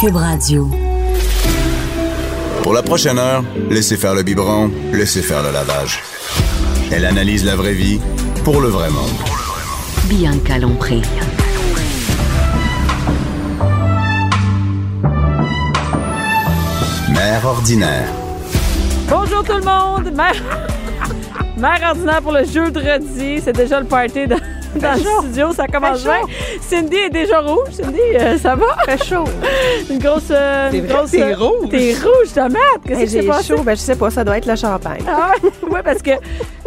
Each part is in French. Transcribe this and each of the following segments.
Cube Radio. Pour la prochaine heure, laissez faire le biberon, laissez faire le lavage. Elle analyse la vraie vie pour le vrai monde. Bianca Lompré. Mère ordinaire, Bonjour tout le monde! Mère, Mère ordinaire pour le jeudi. C'est déjà le party dans, dans le studio. Ça commence Fait bien. chaud. Cindy est déjà rouge. Cindy, euh, ça va? Fait chaud. Une grosse... euh, C'est une vrai, grosse t'es euh, rouge. T'es rouge, tomate. Qu'est-ce Hey, qui s'est j'ai passé? chaud, ben je sais pas, ça doit être le champagne. Ah, oui, parce que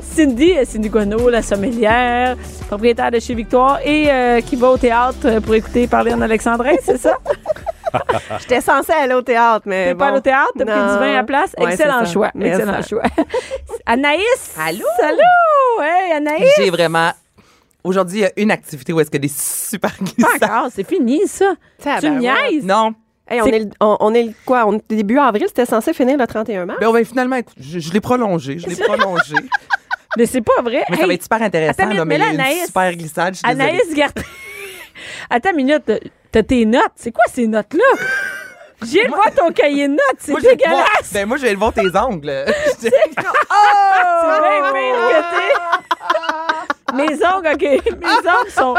Cindy, euh, Cindy Guano, la sommelière, propriétaire de chez Victoire et euh, qui va au théâtre pour écouter parler en alexandrin, c'est ça? J'étais censée aller au théâtre, mais T'es bon. pas allé au théâtre, t'as pris Non. du vin à la place. Ouais, Excellent c'est ça. choix. Merci. Excellent choix. Anaïs! Allô? Salut! Hey, Anaïs! J'ai vraiment. Aujourd'hui, il y a une activité où est-ce que des super Pas glissades. encore, c'est fini, ça. Tu me Tabarouette. niaises? Ah, ben Non. Hey, on, C'est- est... le- on, on est le quoi? On est début avril, c'était censé finir le 31 mars. Ben, on va finalement, écoute, je, je l'ai prolongé. Je l'ai prolongé. Mais c'est pas vrai. Mais ça Hey, va être super intéressant, attends une là, minute, mais mais là, il y a une Anaïs- super glissade. Je suis désolée. Anaïs Gertin. Attends une minute. T'as tes notes. C'est quoi ces notes-là? J'ai le voir ton cahier de notes. C'est Moi, je vais te dégueulasse. Ah, voir- Ben, moi, je vais le voir tes ongles. C'est bien pire que t'es. Mes ongles, OK. Mes ongles sont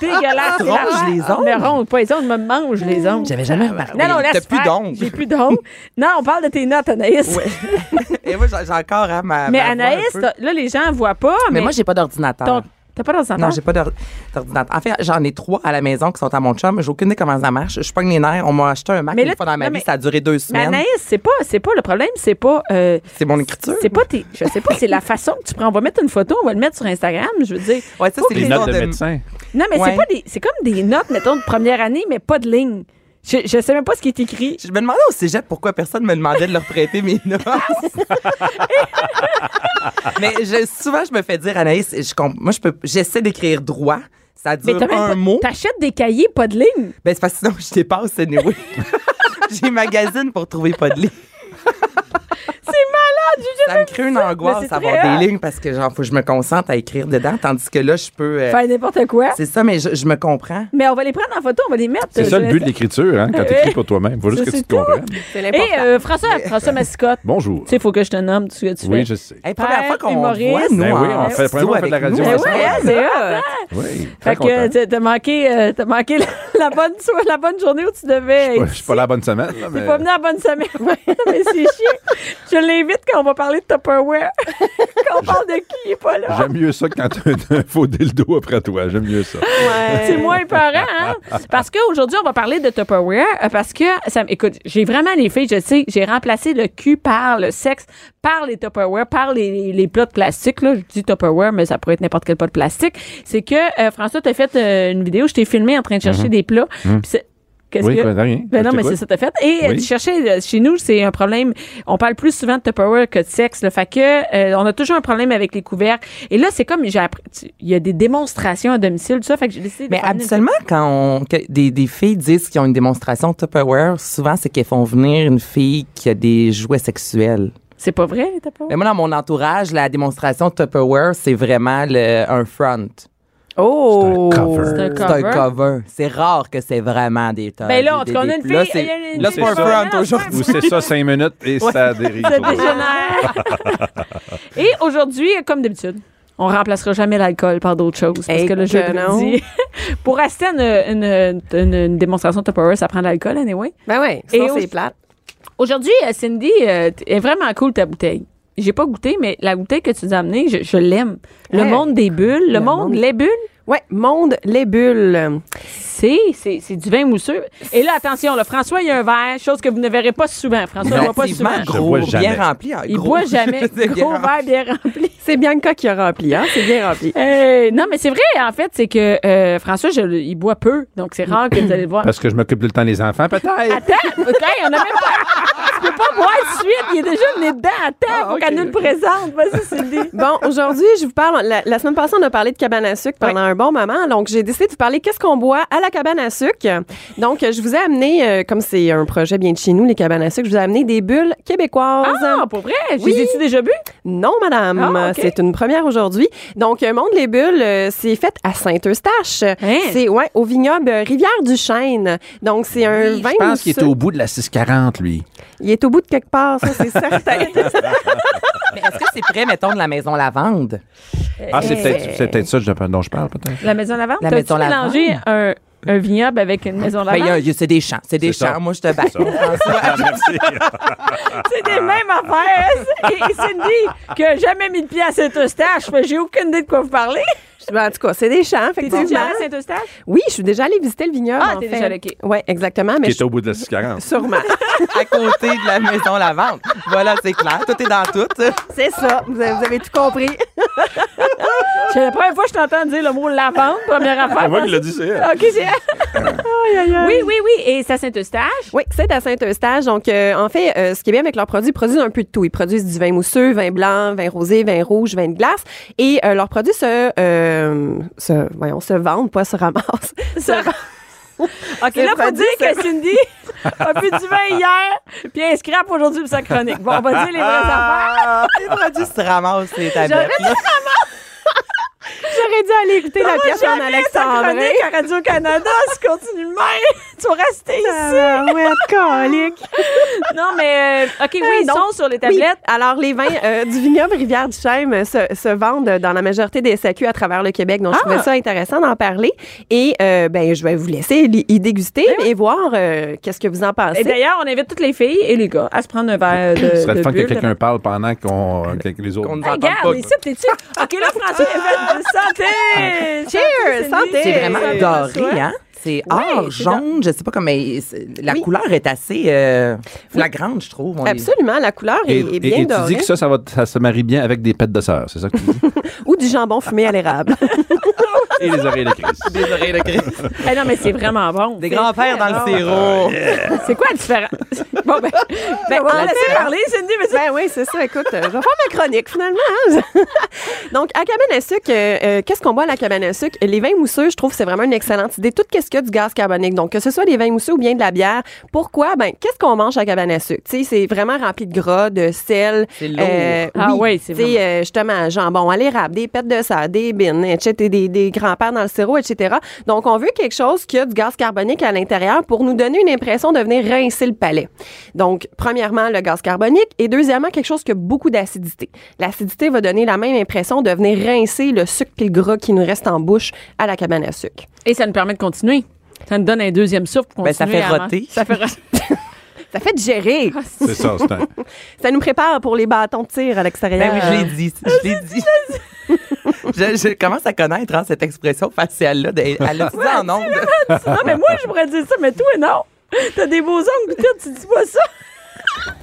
dégueulasses. Tu ronges C'est la- Ah, les ongles? Mais ronge pas les ongles. Je me mange les ongles. J'avais jamais remarqué. Non, non, laisse Ah T'as plus faire. d'ongles. J'ai plus d'ongles. Non, on parle de tes notes, Anaïs. Et moi, j'ai j'ai encore hein, ma. Mais ma voix ben, un Anaïs, peu. t'as- là, les gens voient pas. Mais, Mais moi, j'ai pas d'ordinateur. ton- T'as pas dans Non, j'ai pas d'or- d'ordinateur. En fait, j'en ai trois à la maison qui sont à mon chum. J'ai aucune idée comment ça marche. Je pogne les nerfs. On m'a acheté un Mac Mais une là, fois dans ma non, vie. mais- Ça a duré deux Mais semaines. Anaïs, c'est pas, c'est pas le problème, c'est pas. euh, C'est mon écriture. C'est pas tes. Je sais pas, c'est la façon que tu prends. On va mettre une photo, on va le mettre sur Instagram. Je veux dire. Ouais, ça, Faut c'est que- Les l'histoire notes de de- médecin. Non, mais c'est Ouais. pas des. C'est comme des notes, mettons, de première année, mais pas de ligne. Je, je sais même pas ce qui est écrit. Je me demandais au cégep pourquoi personne me demandait de leur prêter mes notes. Mais je- souvent, je me fais dire, Anaïs, je comp- moi, je peux- j'essaie d'écrire droit. Ça Mais dure t'as même un pas- mot. T'achètes des cahiers, pas de ligne. Ben, c'est parce que sinon, je dépasse, anyway. J'ai magazine pour trouver pas de ligne. C'est malade, j'ai Ça me jamais crée vu une mais angoisse c'est très d'avoir hot. des lignes parce que, genre, faut que je me concentre à écrire dedans, tandis que là, je peux. euh, Faire n'importe quoi. c'est ça, mais je, je me comprends. Mais on va les prendre en photo, on va les mettre. C'est euh, ça le sur but de l'écriture, hein, quand t'écris pour toi-même. Faut juste Ça, que tu c'est te comprennes. C'est Et l'important. euh, François, François Mascotte. Bonjour. Tu sais, faut que je te nomme, tu, tu Oui, fais. je sais. Hey, première Père, fois qu'on humoriste. voit, nous, Ben oui, en on fait- studio première fois de la avec radio nous, Eh ensemble. ouais, hein, c'est Ah! hot. Oui, très Fait que content. t'as- t'as manqué, euh, t'as manqué la, la bonne, so- la bonne journée où tu devais. Ouais, être Je suis pas là la bonne semaine. là, T'es mais- pas venu à la bonne semaine. Ouais, mais c'est chiant. Je l'invite quand on va parler de Tupperware. quand on parle de qui il est pas là. J'aime mieux ça que quand t'as un faux dildo après toi. J'aime mieux ça. Ouais. C'est moins parent, hein? Parce qu'aujourd'hui, on va parler de Tupperware euh, parce que, ça, m- écoute, j'ai vraiment les filles, je sais, j'ai remplacé le cul par le sexe, par les Tupperware, par les, les, les plats de plastique. Là. Je dis Tupperware, mais ça pourrait être n'importe quel plat de plastique. C'est que, euh, François, t'as fait euh, une vidéo, je t'ai filmé en train de chercher des plats. Puis c'est- Qu'est-ce Mhm. Oui, que... quoi, rien. Ben Je non, mais t'écoute. c'est ça t'as fait. Et euh, Oui. tu cherchais, euh, chez nous, c'est un problème. On parle plus souvent de Tupperware que de sexe. Le fait que euh, on a toujours un problème avec les couvercles. Et là, c'est comme j'ai appris. tu- Il y a des démonstrations à domicile, tout ça. Fait que j'ai décidé. de Mais faire venir- habituellement, quand on- que des, des filles disent qu'ils ont une démonstration Tupperware, souvent, c'est qu'elles font venir une fille qui a des jouets sexuels. C'est pas vrai, les Tupperware. Mais moi, dans mon entourage, la démonstration Tupperware, c'est vraiment le- un front. Oh, C'est un cover. C'est un C'est cover. un cover. C'est rare que c'est vraiment des Tupperware. Ben là, en tout cas, on a des- une des- fille- Là, il y a c'est une là, c'est fille- un front Ou aujourd'hui. c'est ça, cinq minutes et ça dérive. Ça dégénère. Et aujourd'hui, comme d'habitude, on remplacera jamais l'alcool par d'autres choses. Parce Eh que le jeu que de dit. Pour assister à une, une, une, une démonstration Tupperware, ça prend de l'alcool, anyway. Ben oui, sinon Et c'est au- plate. Aujourd'hui, euh, Cindy, euh, t- est vraiment cool ta bouteille. J'ai pas goûté, mais la bouteille que tu nous as amenée, je, je l'aime. Le Ouais. monde des bulles, le, Le monde, monde- les bulles, Ouais, monde, les bulles. c'est, c'est, c'est du vin mousseux. Et là, attention, le François, il y a un verre, chose que vous ne verrez pas souvent. François, ne voit pas Effectivement, souvent. Je gros, bois jamais. bien rempli. hein, Il gros. boit jamais. C'est bien Gros rempli. verre bien rempli. C'est Bianca qui a rempli, hein? C'est bien rempli. Euh, non, mais c'est vrai, en fait, c'est que euh, François, je- il boit peu, donc c'est rare que vous allez le voir. Ah, Parce que je m'occupe tout le temps des enfants, peut-être. Attends, OK, on n'a même pas. peut pas boire de suite. Il est déjà venu dedans à temps. Ah, Faut ok, qu'elle nous le ok. présente. Vas-y, Cindy. Bon, aujourd'hui, je vous parle. La, la semaine passée, on a parlé de cabane à sucre pendant un bon moment. Donc, j'ai décidé de vous parler qu'est-ce qu'on boit à la cabane à sucre. Donc, je vous ai amené, euh, comme c'est un projet bien de chez nous, les cabanes à sucre, je vous ai amené des bulles québécoises. Ah, pour vrai? Oui. Oui. tu déjà bu? Non, madame. Ah, ok. C'est une première aujourd'hui. Donc, euh, Monde les Bulles, euh, c'est fait à Saint-Eustache. Hein? C'est ouais, au vignoble Rivière-du-Chêne. Donc, c'est un vin Je pense qu'il est mousseux. au bout de la 640, lui. Il est au bout de quelque part, ça, c'est certain. Mais est-ce que c'est près, mettons, de la maison Lavande? Ah, c'est peut-être c'est peut-être ça dont je parle, peut-être. La maison Lavande? La T'as-tu Maison Lavande. mélangé un, un vignoble avec une maison Ben, il y Lavande? a- il y a- c'est des champs. C'est des C'est ça. champs. Moi, je te bats. C'est ça. C'est des mêmes affaires. hein? Et, et Cindy, qui n'a jamais mis de pied à Saint-Eustache, mais j'ai aucune idée de quoi vous parlez. en tout cas, c'est des champs, T'es-tu effectivement. déjà à Saint-Eustache? Oui, je suis déjà allée visiter le vignoble. Ah, en t'es fait. déjà allée, ok. Oui, exactement. Qui Mais est au bout de la 640. Sûrement. à côté de la maison Lavande. Voilà, c'est clair. Tout est dans tout. C'est ça. Vous avez, vous avez tout compris. C'est la première fois que je t'entends dire le mot lavande, première affaire. C'est Ah, moi qui l'ai dit, c'est elle. OK, c'est Oui, oui, oui. Et c'est à Saint-Eustache. Oui, c'est à Saint-Eustache. Donc, euh, en fait, euh, ce qui est bien avec leurs produits, ils produisent un peu de tout. Ils produisent du vin mousseux, vin blanc, vin rosé, vin rouge, vin de glace. Et euh, leurs produits se, euh, se, voyons, se vendent, pas se ramassent. Ça- OK, C'est là, faut produit, dire que Cindy a bu du vin hier, puis elle scrape aujourd'hui pour sa chronique. Bon, on va dire les vraies Ah! affaires. Les produits se ramassent, les tablettes. là. J'aurais dû aller écouter Ah, la pièce en Jamais sa Alexandre. chronique à Radio-Canada, si continue de même, tu vas rester Ah, ici. Non, mais, euh, OK, oui, ils donc, sont sur les tablettes. Oui. Alors, les vins euh, du vignoble Rivière-du-Chême euh, se, se vendent dans la majorité des SAQ à travers le Québec. Donc, je trouvais ça intéressant d'en parler. Et euh, ben, je vais vous laisser y y déguster et voir euh, qu'est-ce que vous en pensez. Et d'ailleurs, on invite toutes les filles et les gars à se prendre un verre de, Ce serait de le fun que bulle. quelqu'un parle pendant qu'on que les autres. Qu'on nous Hey, entende regarde, ici, pas. t'es-tu? OK, là, François, elle fait santé! Cheers, santé! C'est vraiment Santé, François. doré, hein? C'est or, jaune, je sais pas comment. mais c'est- La couleur est assez euh, flagrante, je trouve. On est- Absolument, la couleur est, Et, est et- bien et tu dorée. dis que ça, ça, va, ça se marie bien avec des pets de sœur, c'est ça que tu dis? Ou du jambon fumé à l'érable. et les oreilles de Christ. Des oreilles de Christ. Eh non, mais c'est vraiment bon. Des C'est grands-pères dans très le sirop. bon. C'est quoi la différence? bon, ben, ben on va laisser parler, Cindy, mais c'est... ben oui, c'est ça. Écoute, euh, je vais faire ma chronique finalement. hein. Donc, à cabane à sucre, euh, euh, qu'est-ce qu'on boit à la cabane à sucre? Les vins mousseux, je trouve que c'est vraiment une excellente idée. Tout qu'est-ce qu'il y a du gaz carbonique. Donc, que ce soit des vins mousseux ou bien de la bière. Pourquoi? Ben, qu'est-ce qu'on mange à cabane à sucre? Tu sais, c'est vraiment rempli de gras, de sel. euh, C'est lourd. Ah oui, c'est Tu sais, vraiment- euh, justement, jambon à l'érable, des pêtes de serre, des bines, etc., des, des grands-pères dans le sirop, etc. Donc, on veut quelque chose qui a du gaz carbonique à l'intérieur pour nous donner une impression de venir rincer le palais. Donc, premièrement, le gaz carbonique et deuxièmement, quelque chose qui a beaucoup d'acidité. L'acidité va donner la même impression de venir rincer le sucre et le gras qui nous reste en bouche à la cabane à sucre. Et ça nous permet de continuer. Ça nous donne un deuxième souffle pour Ben, continuer ça fait à manger. roter. Ça fait roter. Ça fait digérer. Ah, C'est ça, c'est un. Ça nous prépare pour les bâtons de tir à l'extérieur. Ben oui, je l'ai dit. Je l'ai dit. je, je commence à connaître hein, cette expression faciale-là. de- Elle l'a dit en ondes. non, mais moi, je pourrais dire ça, mais toi, non. T'as des beaux ongles, putain, tu dis pas ça.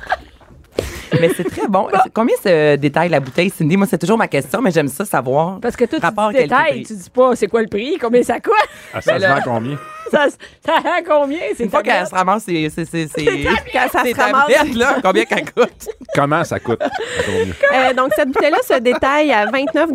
Mais c'est très bon. Combien se détaille la bouteille, Cindy? Moi, c'est toujours ma question, mais j'aime ça savoir. Parce que toi, Rapport tu dis détail, qualité-prix. tu dis pas c'est quoi le prix, combien ça coûte, Ah, ça se vend combien? ça, ça a combien, c'est Une fois tablette. qu'elle se ramasse, c'est. c'est- c'est- c'est- Quand ça c'est se ramasse. tablette, là, combien qu'elle coûte? Comment ça coûte? Euh, donc, cette bouteille-là se détaille à 29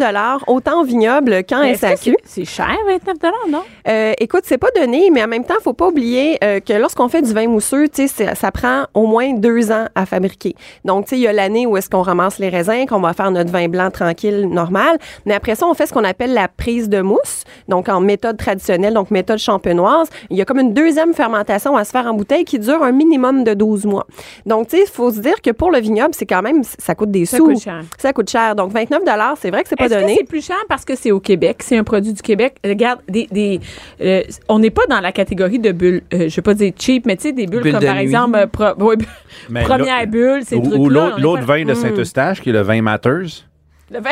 autant au vignoble qu'en Mais est-ce que SAQ. c'est- C'est cher, 29 non? Euh, écoute, c'est pas donné, mais en même temps, faut pas oublier euh, que lorsqu'on fait du vin mousseux, tu sais, c'est- ça prend au moins deux ans à fabriquer. Donc, tu sais, il y a l'année où est-ce qu'on ramasse les raisins, qu'on va faire notre vin blanc tranquille, normal. Mais après ça, on fait ce qu'on appelle la prise de mousse, donc en méthode traditionnelle, donc méthode champenoise. Il y a comme une deuxième fermentation à se faire en bouteille qui dure un minimum de 12 mois. Donc, tu sais, il faut se dire que pour le vignoble, c'est quand même, ça coûte des Ça sous. coûte cher. Ça coûte cher. Donc, 29 c'est vrai que c'est pas Est-ce que donné. c'est plus cher parce que c'est au Québec, c'est un produit du Québec? Regarde, des, des, euh, on n'est pas dans la catégorie de bulles, euh, je vais pas dire cheap, mais tu sais, des bulles Bulles comme de par nuit. exemple, euh, pro- ouais, bu- Mais première l'autre- bulle, ces Ou, trucs-là. ou on l'autre est l'autre pas- Hmm. vin de Saint-Eustache, qui est le vin Matters, Le vin-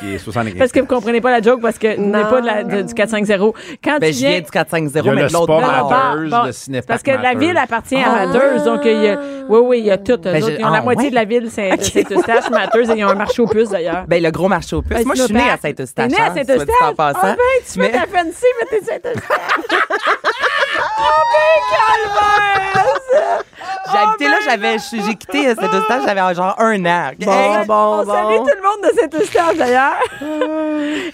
qui est 75. parce que vous comprenez pas la joke, parce que n'est Non. pas de la, de- du 450. Quand Ben, tu je viens... viens du 450, Il y a mais le de l'autre sport bord. amateur. Matheuse, le Cinéparc parce que la Matheuse. ville appartient Ah! à Matheuse, donc il y a, oui, oui, il y a tout. eux Ben, je- autres, ils ont ah, la moitié ouais. de la ville Saint- de Saint-Eustache, Matheuse, et ils ont un marché aux puces d'ailleurs. Ben, le gros marché aux puces. Ben, Moi, je suis née à Saint-Eustache. T'es née à hein, soit dit Saint-Eustache? en passant. Ah ben, tu fais hein. Mais- ta fancy, mais t'es Saint-Eustache. oh ben, calvaire! J'haïs habité là, j'avais, j'ai quitté cet hostage, j'avais genre un an. Hey, Hey, bon, on bon. salue tout le monde de cet hostage, d'ailleurs.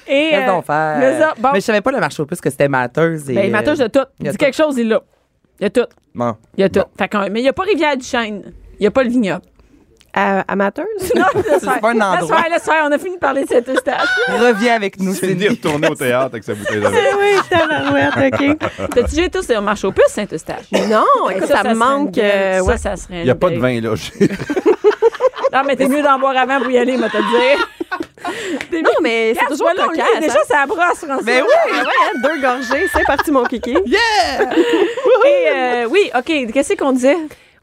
Et, qu'est-ce euh, qu'on fait? mais ça, bon. Mais je savais pas le marché aux puces que c'était mateuse. Et, Ben, il m'attache de tout. il y a Dis tout. quelque chose, il l'a. Il y a tout. Bon. Il y a tout. Fait qu'on- mais il n'y a pas Rivière-du-Chêne. Il n'y a pas le vignoble. À- amateuse? Non, laisse pas faire. un endroit. Laisse faire, laisse faire. On a fini de parler de cet eustache. Reviens avec nous, C'est Cindy. venir retourner au théâtre avec sa bouteille d'alcool. oui, tabarouette, OK. T'as-tu déjà été au marché aux puces, Saint-Eustache? Non, écoute, ça, me serait manque. une belle- euh, ouais. Ça, ça serait. Il n'y a pas de vin, là. J'ai- Non, mais t'es mieux d'en boire avant pour y aller, moi, te dire. T'es Non, mieux- mais c'est Regarde, toujours tu vois, là, on cocasse. l'est hein. Déjà, ça brosse, François. Mais Ah Ben oui! ouais, hein, deux gorgées, c'est parti mon kiki. Et, euh, oui, OK. Qu'est-ce qu'on disait?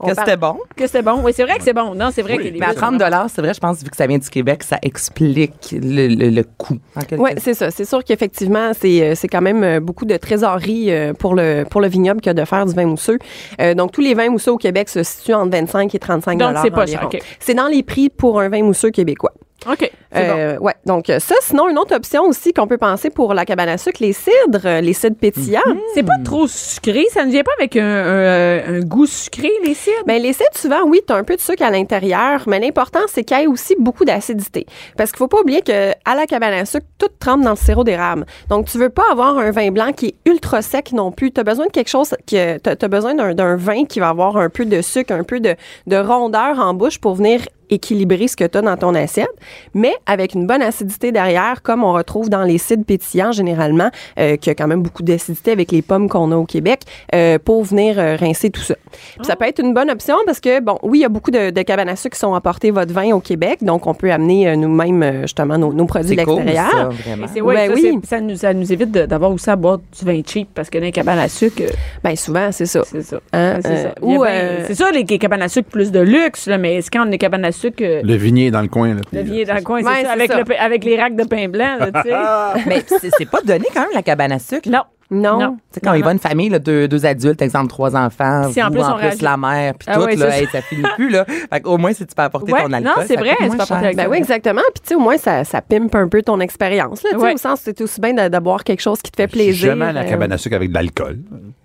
Que c'était bon. Que c'était bon. Oui, c'est vrai que c'est bon. Non, c'est vrai Oui, qu'il est Mais à 30 c'est vrai, je pense, vu que ça vient du Québec, ça explique le, le- le coût. en quelque Oui, sorte. c'est ça. C'est sûr qu'effectivement, c'est euh, c'est quand même euh, beaucoup de trésorerie euh, pour le pour le vignoble que de faire du vin mousseux. Euh, donc tous les vins mousseux au Québec se situent entre 25 et 35 Donc, c'est pas environ. cher, OK. C'est dans les prix pour un vin mousseux québécois. OK. C'est bon. Euh, Ouais. Donc euh, ça, sinon une autre option aussi qu'on peut penser pour la cabane à sucre, les cidres, euh, les cidres pétillants. C'est pas trop sucré. Ça ne vient pas avec un, euh, un- un goût sucré, les cidres? Ben, les cidres, souvent, oui, tu as un peu de sucre à l'intérieur, mais l'important, c'est qu'il y ait aussi beaucoup d'acidité. Parce qu'il faut pas oublier que à la cabane à sucre, tout trempe dans le sirop d'érable. Donc, tu veux pas avoir un vin blanc qui est ultra sec non plus. Tu as besoin de quelque chose, que tu as besoin d'un- d'un vin qui va avoir un peu de sucre, un peu de, de rondeur en bouche pour venir équilibrer ce que tu as dans ton assiette, mais avec une bonne acidité derrière, comme on retrouve dans les cidres pétillants généralement, euh, qui a quand même beaucoup d'acidité avec les pommes qu'on a au Québec, euh, pour venir euh, rincer tout ça. Puis ça peut être une bonne option parce que, bon, oui, il y a beaucoup de, de cabanes à sucre qui sont apportées votre vin au Québec, donc on peut amener euh, nous-mêmes euh, justement nos, nos produits de C'est cool, l'extérieur. ça, vraiment. C'est- ouais, Ben ça, oui. c'est- ça, nous, ça nous évite de- d'avoir aussi à boire du vin cheap parce que dans les cabanes à sucre, euh, Ben souvent, c'est ça. c'est ça. Hein, C'est ça. euh, Il y a ou, bien- euh, c'est ça, les, les cabanes à sucre plus de luxe, là, mais c'est quand on est cabane à sucre, euh, Le vignier est dans le coin, là. euh, le vieil dans le coin, c'est Ouais, ça, c'est avec, ça. le pain- avec les racks de pain blanc, là, tu Ah! sais. Ah. Mais c'est c'est pas donné quand même la cabane à sucre. Non. Non. Ben Non. Tu sais, quand il va une famille, là, deux, deux adultes, exemple, trois enfants, Si, en vous, plus, on rajoute- la mère, puis Ah tout, ouais, là, c'est hey, ça finit plus, là. Fait au moins, si tu peux apporter Ouais, ton non, alcool. c'est ça vrai, coûte tu moins peux apporter cher. l'alcool. Ben oui, exactement. Puis tu sais, au moins, ça, ça pimpe un peu ton expérience. là, tu sais, Ouais. Au sens, c'est aussi bien d'a- d'avoir quelque chose qui te fait Je suis plaisir. Jamais à la euh, cabane à sucre avec de l'alcool.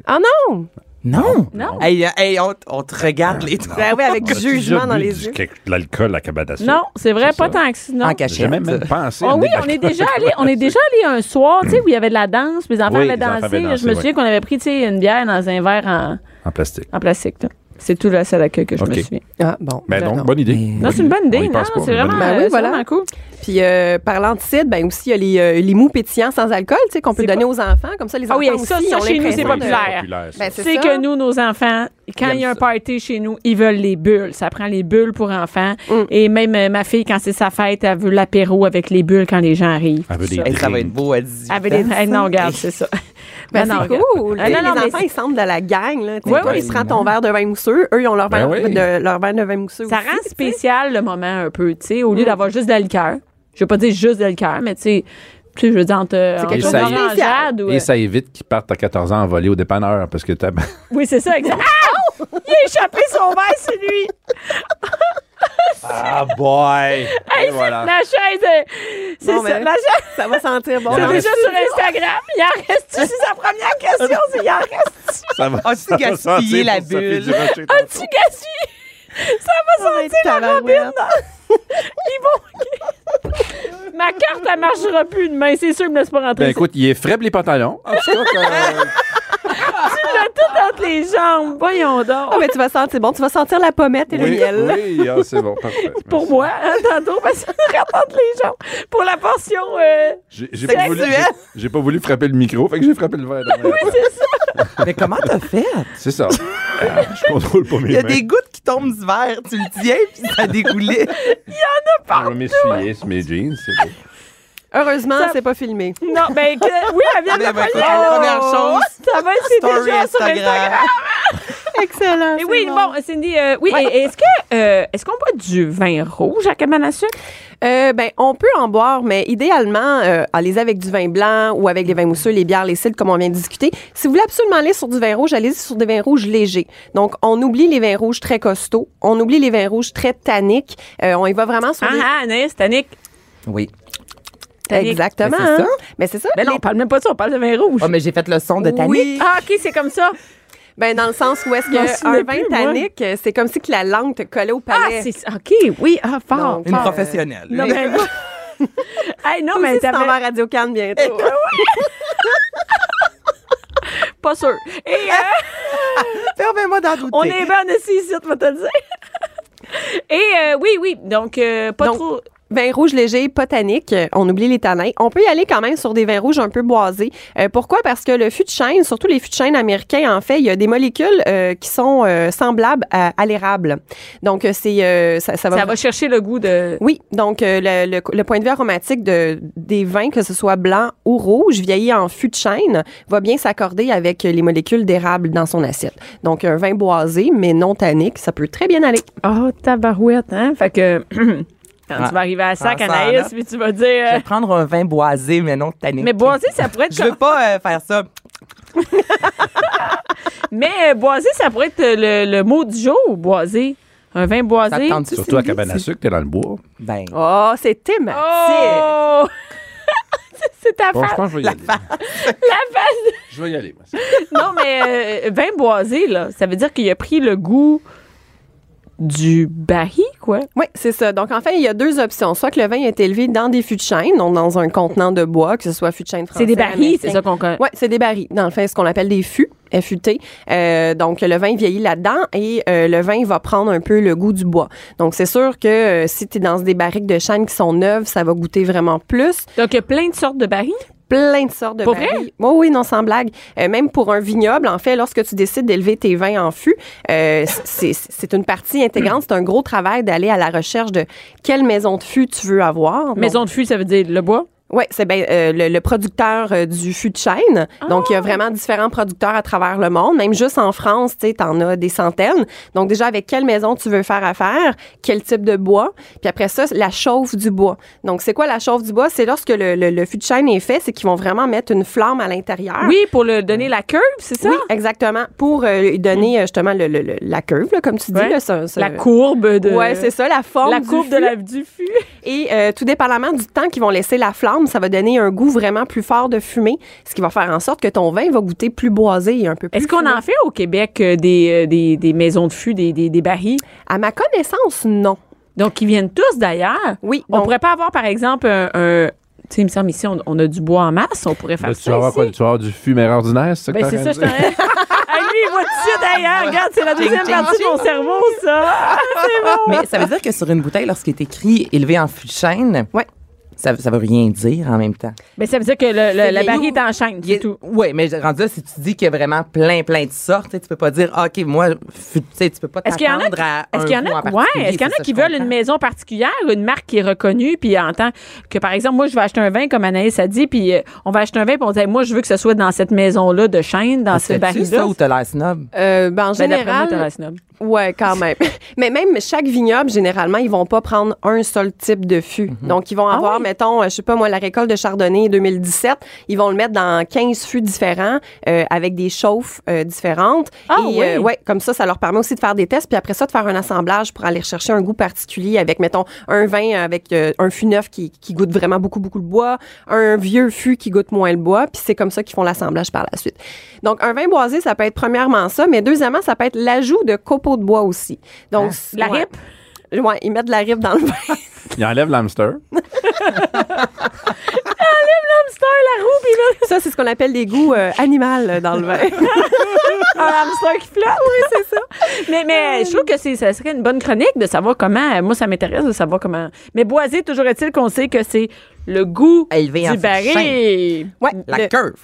Ah non! Non! Non. Hey, euh, hey, on, t- on te regarde les trois. Ben oui, avec On a-tu déjà jugement dans bu les du- yeux. quelque- De l'alcool à la cabane à sucre. Non, c'est vrai, C'est pas ça. tant que ça. non. En J'ai cachette. jamais même pensé. à Oh oui, venir on est déjà allé, on est déjà allé un soir, tu sais, où il y avait de la danse, puis les enfants Oui, avaient les enfants dansé. avaient dansé, je me souviens oui. qu'on avait pris, tu sais, une bière dans un verre en, En plastique. en plastique. là. C'est tout le seul accueil que je Ok. me souviens. Ah bon. Ben Ben donc, non. bonne idée. Mais- Non, c'est une bonne On y idée, non? pense pas, C'est mais bonne vraiment, idée. Ben oui, euh, c'est voilà. vraiment cool. Puis euh, parlant de cidre, ben aussi, il y a les, euh, les mous pétillants sans alcool, tu sais, qu'on peut C'est donner aux enfants. Comme ça, les Ah enfants oui, ça, aussi, ça, ont chez nous, c'est l'impression de- populaire. ça. Ben, c'est C'est ça. que nous, nos enfants, quand Ils il y a un aiment ça. party chez nous, ils veulent les bulles. Ça prend les bulles pour enfants. Mm. Et même euh, ma fille, quand c'est sa fête, elle veut l'apéro avec les bulles quand les gens arrivent. Elle veut des Hey, ça va drinks. être beau à 18 Ah, Avec des... ans, Eh, non, ça. regarde, c'est ça. Ben, Non, non, c'est regarde. cool. Ah, non, les non, mais enfants, ils semblent de la gang. Là, Tu sais, Ouais, toi, ouais. ils se prennent ton verre de vin mousseux. Eux, ils ont leur, Ben verre, oui. de, leur verre de vin mousseux Ça aussi, rend tu sais. spécial le moment un peu, tu sais, au lieu d'avoir juste de la liqueur. Je veux pas dire juste de la liqueur, mais tu sais, tu sais, je veux dire entre, euh, entre quelque une chose de orangeade ou... euh, Et ça évite qu'ils partent à 14 ans en volée au dépanneur parce que t'as. euh, Oui, c'est ça, exact. Ah! Il a échappé son verre, c'est lui. Ah, boy! Et voilà. La chaise, euh, c'est Bon, ça, ben, la chaise. Ça va sentir bon. C'est en déjà sur Instagram. Il en reste. C'est sa première question, c'est il en reste. Ça va. Ah, tu ça va gaspillé sentir la pour Sophie bulle. Ah, Durocher. Un petit gâchis. Ça va sentir la tabarouette. robine. Ils vont. Ma carte, elle marchera plus demain. C'est sûr, me laisse pas rentrer. Ben écoute, il est faible les pantalons. En tout cas, euh, Il a tout entre les jambes. Voyons donc. Ah, mais tu vas sentir bon. Tu vas sentir la pommette et le oui, miel. oui, ah, c'est bon, parfait. Pour moi, hein, tantôt, parce que ça rentre entre les jambes. Pour la portion. euh, J'ai j'ai pas, voulu- Sexuel. j'ai- j'ai pas voulu frapper le micro, fait que j'ai frappé le verre. dans la- c'est ça. Mais comment t'as fait? C'est ça. Ah, je contrôle pas mes mains. Il y a des gouttes qui tombent du verre, tu le tiens, puis ça dégoulait. Je vais m'essuyer sur mes jeans, c'est bon. Heureusement, Ça- c'est pas filmé. Non, ben, que- oui, elle vient de Mais la ben, première. la première Oh, chose. Ça va, c'est Story déjà sur Instagram. Instagram. Excellent. Mais c'est oui, bon, Cindy, euh, oui, et- et est-ce que euh, est-ce qu'on boit du vin rouge à cabane à sucre? Euh, ben, on peut en boire, mais idéalement, euh, allez-y avec du vin blanc ou avec les vins mousseux, les bières, les cidres, comme on vient de discuter. Si vous voulez absolument aller sur du vin rouge, allez-y sur des vins rouges légers. Donc, on oublie les vins rouges très costauds, on oublie les vins rouges très tanniques. Euh, on y va vraiment sur Ah, des... ah, Anaïs, Tannic. Oui. tanniques. Exactement. Ben, c'est ça. hein. Mais c'est ça. Ben non, on les- parle même pas de ça, on parle de vin rouge. Oh, mais j'ai fait le son de ta Ah, OK, c'est comme ça. Ben, dans le sens où est-ce Je m'en que souvenais un vin plus, moi. tannique, euh, c'est comme si que la langue te collait au Ah, palais. c'est OK, oui, ah, fort. Donc, Une fort. professionnelle. Non, mais. hey, non, Toi mais aussi, tu t'en t'avais- vas à Radio Cannes bientôt. Pas sûr. Et, euh, Permets-moi d'en douter. on est bien ici, ici, tu vas te le dire. Et euh, oui, oui, donc euh, pas Donc, trop. Vin rouge léger, pas tannique, euh, on oublie les tanins. On peut y aller quand même sur des vins rouges un peu boisés. Euh, pourquoi? Parce que le fût de chêne, surtout les fûts de chêne américains, en fait, il y a des molécules euh, qui sont euh, semblables à, à l'érable. Donc, euh, c'est euh, ça, ça va... Ça va chercher le goût de. Oui, donc euh, le, le- le point de vue aromatique de, des vins, que ce soit blanc ou rouge, vieilli en fût de chêne, va bien s'accorder avec euh, les molécules d'érable dans son assiette. Donc, un vin boisé, mais non tannique, ça peut très bien aller. Oh, tabarouette, hein? Fait que. Quand Ah. tu vas arriver à ça, Prends ça en Anaïs, note. puis tu vas dire. Je euh, vais prendre un vin boisé, mais non tannique. mais boisé, ça pourrait être. Je veux pas euh, faire ça. Mais euh, boisé, ça pourrait être le, le mot du jour, boisé. Un vin Ça boisé. te tente-tu, Surtout à Sylvie? cabane à sucre, t'es dans le bois. Ben, Oh, c'est thématique! Oh! C'est- C'est ta Bon, je face. pense que je vais y aller. La face. Je vais y aller. moi. Non, mais euh, vin boisé, là, ça veut dire qu'il a pris le goût du baril, quoi. Oui, c'est ça. Donc, en fait, il y a deux options. Soit que le vin est élevé dans des fûts de chêne, donc dans un contenant de bois, que ce soit fût de chêne français. C'est des barils, c'est ça qu'on connaît. Oui, c'est des barils. Dans le fait, ce qu'on appelle des fûts, FUT. Euh, donc, le vin vieillit là-dedans et euh, le vin va prendre un peu le goût du bois. Donc, c'est sûr que euh, si tu es dans des barriques de chêne qui sont neuves, ça va goûter vraiment plus. Donc, il y a plein de sortes de barils. Plein de sortes de Pour barils. Oh oui, non, sans blague. Euh, même pour un vignoble, en fait, lorsque tu décides d'élever tes vins en fût, euh, c'est c'est une partie intégrante. C'est un gros travail d'aller à la recherche de quelle maison de fût tu veux avoir. Donc, Maison de fût, ça veut dire le bois. oui, c'est ben, euh, le, le producteur euh, du fût de chêne. Ah. Donc, il y a vraiment différents producteurs à travers le monde. Même juste en France, tu sais, t'en as des centaines. Donc, déjà, avec quelle maison tu veux faire affaire, quel type de bois, puis après ça, la chauffe du bois. Donc, c'est quoi la chauffe du bois? C'est lorsque le, le, le fût de chêne est fait, c'est qu'ils vont vraiment mettre une flamme à l'intérieur. Oui, pour le donner la curve, c'est ça? Oui, exactement. Pour euh, lui donner euh, justement le, le- le- la curve, là, comme tu dis. Ouais. Là, ça- ça- La courbe de. Ouais, c'est ça, la forme La du courbe de fût. la, du fût. Et euh, tout dépendamment du temps qu'ils vont laisser la flamme, ça va donner un goût vraiment plus fort de fumée, ce qui va faire en sorte que ton vin va goûter plus boisé et un peu plus. Est-ce qu'on fumé. en fait au Québec euh, des, euh, des, des maisons de fût, des, des, des barils? À ma connaissance, non. Donc, ils viennent tous d'ailleurs. Oui, On donc- pourrait pas avoir, par exemple, un. un- tu sais, il me semble ici, on, on a du bois en masse, on pourrait faire Là, ça. tu vas avoir ici. quoi? Tu vas avoir du fumeur ordinaire, c'est ça que Ben, t'as c'est ça, je raison? t'aurais. hey, lui, il va tout de suite ailleurs. Regarde, c'est la deuxième partie de mon cerveau, ça. mais ça veut dire que sur une bouteille, lorsqu'il est écrit élevé en fût de chêne, Ouais. ça, ça veut rien dire en même temps. Mais Ben, ça veut dire que le, le- Euh, la vieillot. barille est en chaîne, c'est tout. Oui, mais rendu là, si tu dis qu'il y a vraiment plein, plein de sortes, tu sais, tu peux pas dire, ah, OK, moi, fût- tu sais, tu peux pas Est-ce qu'il y en a, t'attendre à. est-ce un qu'il y en a, goût en ouais, particulier, est-ce qu'il y en c'est a ça, qui je veulent comprends. une maison particulière, une marque qui est reconnue, puis en tant que, par exemple, moi, je vais acheter un vin, comme Anaïs a dit, puis euh, on va acheter un vin, puis on dit, hey, moi, je veux que ce soit dans cette maison-là de chaîne, dans ce Ah, Fais-tu baril-là. ça ou t'as l'air snob? Euh, ben, Ben, en d'après moi, général, t'aurais un snob. ouais, quand même. Mais même chaque vignoble, généralement, ils vont pas prendre un seul type de fût. Mhm. Donc, ils vont Ah avoir, mettons, euh, je sais pas moi, la récolte de Chardonnay 2017, ils vont le mettre dans 15 fûts différents euh, avec des chauffes euh, différentes. Ah, Et, oui. euh, ouais, comme ça, ça leur permet aussi de faire des tests, puis après ça, de faire un assemblage pour aller chercher un goût particulier avec, mettons, un vin avec euh, un fût neuf qui, qui goûte vraiment beaucoup, beaucoup le bois, un vieux fût qui goûte moins le bois, puis c'est comme ça qu'ils font l'assemblage par la suite. Donc, un vin boisé, ça peut être premièrement ça, mais deuxièmement, ça peut être l'ajout de copeaux de bois aussi. Donc, de la Ah, ouais. ripe? Ouais, ils mettent de la ripe dans le vin. Il enlève l'hamster. hamster, la roue, puis là, Ça, c'est ce qu'on appelle des goûts euh, animaux dans le vin. un hamster qui flotte. Oui, c'est ça. Mais, Ah. mais je trouve que c'est, ça serait une bonne chronique de savoir comment. euh, Moi, ça m'intéresse de savoir comment. Mais boisé, toujours est-il qu'on sait que c'est le goût Élevé en du fût de baril. Ouais, La le curve.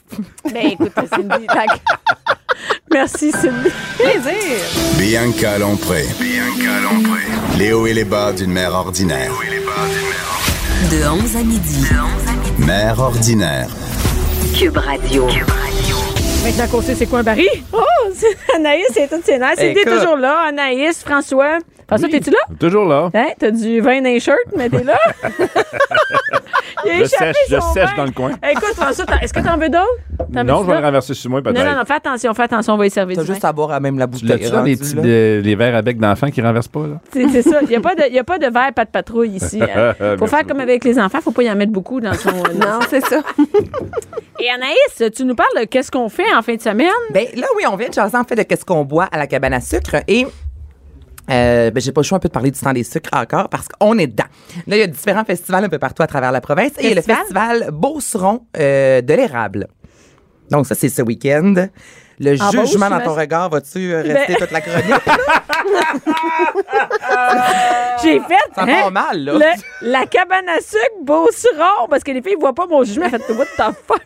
Ben, écoute, Cindy, la- Merci, Cindy. plaisir. Bianca Lompré. Les hauts et les bas d'une mère ordinaire. De 11 à midi. Mère ordinaire. Cube Radio. Maintenant qu'on sait c'est quoi un baril, oh, c'est- Anaïs, c'est toutes ses nerfs. Cindy est Écoute. toujours là. Anaïs, François, François, t'es-tu là? Toujours là. Hein? T'as du vin dans les shirts, mais t'es là. Il a Je échappé sèche, je son sèche vin. dans le coin. Écoute, François, t'en- est-ce que t'en veux d'autres? T'en Non, veux-tu je vais le d'autres? renverser sur moi, Non, peut-être. non, non, fais attention, fais attention, on va y servir T'as du vin. juste à boire à même la Tu bouteille. l'as-tu là, les, rendu, petits, là? les- les verres avec d'enfants qui renversent pas, là? C'est c'est ça. Il n'y a, pas de- y a pas de verre, pas de patrouille ici. hein. Faut Merci faire beaucoup. comme avec les enfants, faut pas y en mettre beaucoup dans son... Non, c'est ça. Et Anaïs, tu nous parles de qu'est-ce qu'on fait en fin de semaine? Ben là, oui, on vient de jaser en fait de qu'est-ce qu'on boit à la cabane à sucre et. euh, ben, j'ai pas le choix un peu de parler du temps des sucres encore parce qu'on est dedans. Là, il y a différents festivals un peu partout à travers la province et il y a le festival Beauceron euh, de l'érable. Donc, ça, c'est ce week-end. Le Ah, bah oui, jugement dans ton j'imagine. regard, vas-tu euh, rester Ben- toute la chronique? J'ai fait. Euh, hein? Ça part mal, là. le- la cabane à sucre, beau suron, parce que les filles voient pas mon jugement. Faites, what the fuck?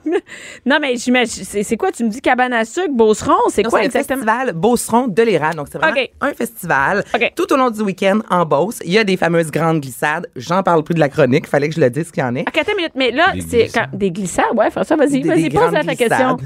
Non, mais j'imagine. C'est c'est quoi? Tu me dis cabane à sucre, beau suron? C'est Non, quoi c'est le exactement? festival Beauceron de l'Iran. Donc, c'est vraiment OK. un festival. OK. Tout au long du week-end, en Beauce, il y a des fameuses grandes glissades. J'en parle plus de la chronique. Fallait que je le dise qu'il y en ait. Ok, attends une minute. Mais là, c'est glissades. quand- des glissades. Ouais, François, vas-y, Des- Ah, vas-y, des pose grandes la question. glissades.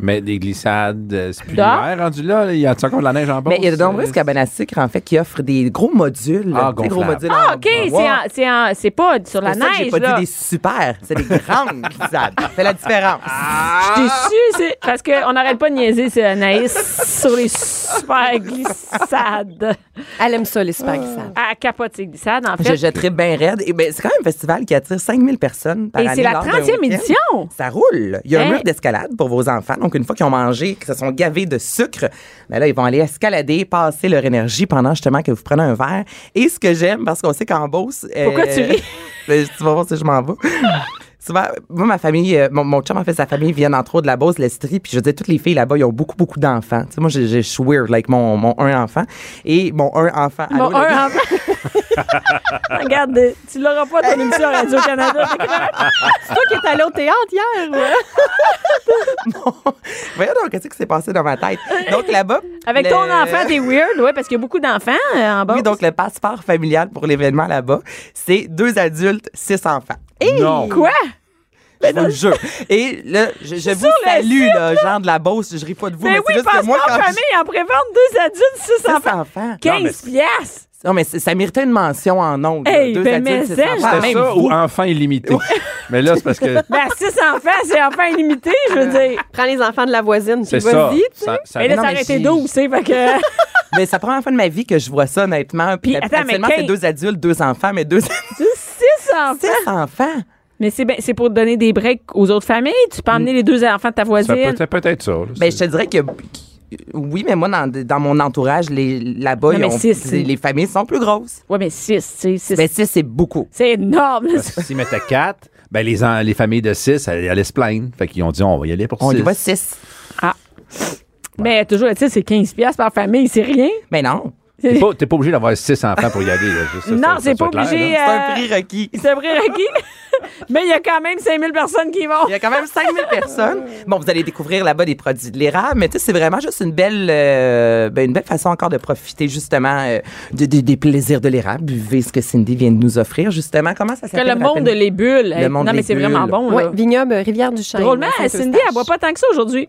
Mais des glissades, euh, c'est plus Dehors? l'hiver rendu là. là, Il y a encore de la neige en bas? Mais il y a de nombreuses cabanes à sucre, en fait, qui offrent des gros modules. Ah, des gros gonflables. modules. Ah, en OK, c'est bois. en- c'est en- c'est pas sur la C'est pour ça que neige. J'ai pas là. dit des super, c'est des grandes glissades. Ça fait la différence. Ah, Je suis déçue, Ah. c'est parce qu'on n'arrête pas de niaiser, c'est Anaïs, sur les super glissades. Elle aime ça, les super glissades. À capote, ces glissades, en Je fait. jetterai bien raide. Et ben, c'est quand même un festival qui attire 5000 personnes par Et année. c'est la lors d'un 30e week-end. édition. Ça roule. Il y a Hein? un mur d'escalade pour vos enfants. Donc, une fois qu'ils ont mangé, qu'ils se sont gavés de sucre, ben là, ils vont aller escalader, passer leur énergie pendant justement que vous prenez un verre. Et ce que j'aime, parce qu'on sait qu'en Beauce... euh, Pourquoi tu ris? ben, tu vas voir si je m'en vais. Souvent, moi, ma famille, euh, mon, mon chum, en fait, sa famille vient entre autres de la Beauce, l'Estrie, puis je veux dire, toutes les filles là-bas, ils ont beaucoup, beaucoup d'enfants. Tu sais, moi, j'ai- j'ai- je suis weird, like, mon, mon un enfant. Et mon un enfant... Bon, allô, le gars- un enfant. Regarde, tu l'auras pas ton émission à Radio-Canada. C'est toi qui es allé au théâtre hier. ouais. Voyons donc, qu'est-ce qui s'est passé dans ma tête? Donc là-bas. Avec le- ton enfant, t'es weird, ouais, parce qu'il y a beaucoup d'enfants euh, en bas. Oui, donc le passeport familial pour l'événement là-bas, c'est deux adultes, six enfants. Et Non. Quoi? je vous le jure. Et là, je, je vous sur le salue, là, gens de la Beauce, je ris pas de vous, mais, mais Ben oui, c'est juste que passe moi, moi en quand famille, en prévente deux adultes, six je... six enfants. enfants. 15 piastres! Non, mais c'est- ça méritait une mention en ondes. là. Hey, deux ben, mais adultes, six ça, enfants. C'était Même ça vous. ou enfants illimités? mais là, c'est parce que Ben, six enfants, c'est enfants illimités, je veux dire. Prends les enfants de la voisine. c'est puis ça. vas-y. ça, ça- Mais là, Euh, non, ça mais aurait été j'ai- 12, c'est fait que... Mais c'est la première fois de ma vie que je vois ça, honnêtement. Puis, Puis, attends, mais habituellement, c'est quin- deux adultes, deux enfants, mais deux adultes, six enfants! six enfants. Mais c'est ben- c'est pour donner des breaks aux autres familles. Tu peux Mm. emmener les deux enfants de ta ça peut voisine. être peut-être ça. là, Ben, c'est- je te dirais que oui, mais moi, dans, dans mon entourage, les- là-bas, Non, ils mais ont- six, c'est- les familles sont plus grosses. Ouais, mais six, tu sais, six. Ben, six, c'est beaucoup. c'est énorme. là. Parce que s'ils mettaient quatre, ben les, en- les familles de six elles elles allaient se plaindre. Fait qu'ils ont dit, on va y aller pour On six. y va six. Mais Ben, toujours, tu sais, c'est 15 piastres par famille, c'est rien. Mais Ben, non. T'es pas, t'es pas obligé d'avoir six enfants pour y aller. là, juste ça, Non, ça- c'est ça pas soit clair, obligé, là. C'est Euh, un prix requis. C'est vrai, Rocky. Mais il y a quand même 5000 personnes qui y vont. Il y a quand même 5000 personnes. Bon, vous allez découvrir là-bas des produits de l'érable, mais tu sais, c'est vraiment juste une belle, euh, ben, une belle façon encore de profiter justement euh, de- de- des plaisirs de l'érable. Buvez ce que Cindy vient de nous offrir, justement. Comment ça Que s'appelle? le monde de rappelle-moi? les bulles. hey, monde non, mais des c'est vraiment bulles. bon, là. Ouais, vignoble euh, Rivière-du-Chêne. Drôlement, Saint-Eustache. Cindy, elle boit pas tant que ça aujourd'hui.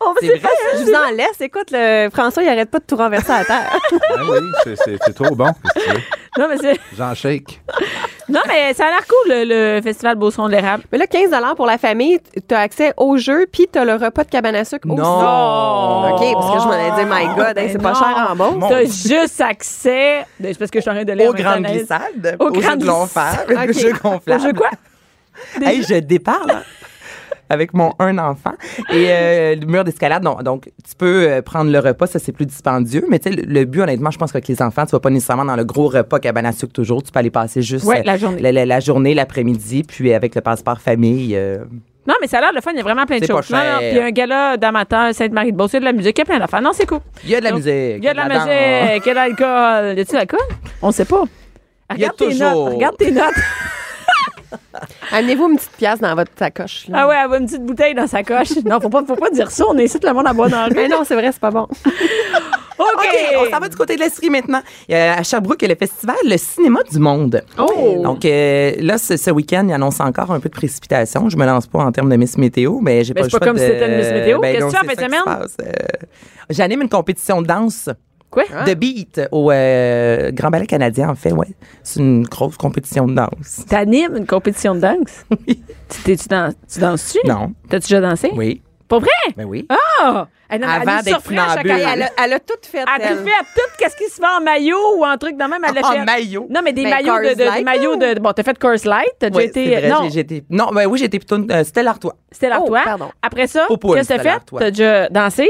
On va- C'est vrai, Je vous en laisse. Écoute, le François, il arrête pas de tout renverser à terre. Ah oui, c'est- c'est c'est trop bon. qu'est-ce que tu veux? Non, mais c'est- J'en shake. non, mais ça a l'air cool, le, le festival Beauceron de l'érable. Mais là, 15 pour la famille, tu as accès au jeu, puis tu as le repas de cabane à sucre Oh, aussi. Non. OK, parce que je m'en ai dit, my God, hein, c'est pas non. cher en bon. Mon T'as juste accès. Ben, C'est parce que je suis en train de lire. aux grandes glissades, aux, jeux grandes gonflables, glissades. aux jeux Ok. gonflables. Au jeu quoi? Des Hey, je départ, là. Avec mon un enfant. Et euh, le mur d'escalade, non. Donc, tu peux euh, prendre le repas, ça, c'est plus dispendieux. Mais tu sais, le, le but, honnêtement, je pense qu'avec les enfants, tu vas pas nécessairement dans le gros repas cabane à sucre toujours. Tu peux aller passer juste Ouais, euh, la journée. la, la journée, l'après-midi, puis avec le passeport famille. euh, Non, mais ça a l'air le fun. Il y a vraiment plein de C'est choses. pas Non, cher. non, Puis il y a un gala d'amateurs, Sainte-Marie-de-Beauce, il y a de la musique, il y a plein d'affaires. Non, c'est cool. Il y a de la Donc, musique. Il y a de la danse. musique, il y a de l'alcool. Y a-tu de l'alcool? On sait pas. Il y a Regarde tes toujours. notes. Regarde tes notes. Amenez-vous une petite pièce dans votre sacoche. là. Ah ouais, elle a une petite bouteille dans sa coche. Non, faut pas, faut pas dire ça. On incite le monde à boire dans la rue. Mais non, c'est vrai, c'est pas bon. OK. OK, on s'en va du côté de l'Estrie maintenant. Il y a à Sherbrooke, il y a le festival Le Cinéma du Monde. Oh. Donc euh, là, ce, ce week-end, il annonce encore un peu de précipitation. Je me lance pas en termes de Miss Météo, mais j'ai Ben, pas c'est le pas choix comme de- Ben, si c'était une Miss Météo. Qu'est-ce non, que tu fais c'est en fin ça de qui se passe. Euh, J'anime une compétition de danse Quoi? Hein? The Beat au euh, Grand Ballet canadien, en fait, ouais. C'est une grosse compétition de danse. T'animes une compétition de danse? Tu- t'es- tu, dans- tu danses-tu? Non. T'as-tu déjà dansé? Oui. Pas vrai? Ben oui. Ah! Elle, non, mais Avant elle nous d'être surprend à chaque funambule. année. Elle a, elle a tout fait. Elle a elle. tout fait à tout, qu'est-ce qui se fait en maillot ou en truc dans même, elle l'a En fait. maillot. Non, mais des Ben, maillots de, Coors de- des Light, maillots de, bon, t'as fait Coors Light, t'as déjà Ouais, été, c'est vrai, non, j'ai- j'ai été- non, ben oui, j'étais plutôt. une- euh, C'était l'Artois. c'était l'Artois. Oh, pardon. Après ça, Au poil, qu'est-ce que t'as c'était fait? l'Artois. T'as déjà dansé?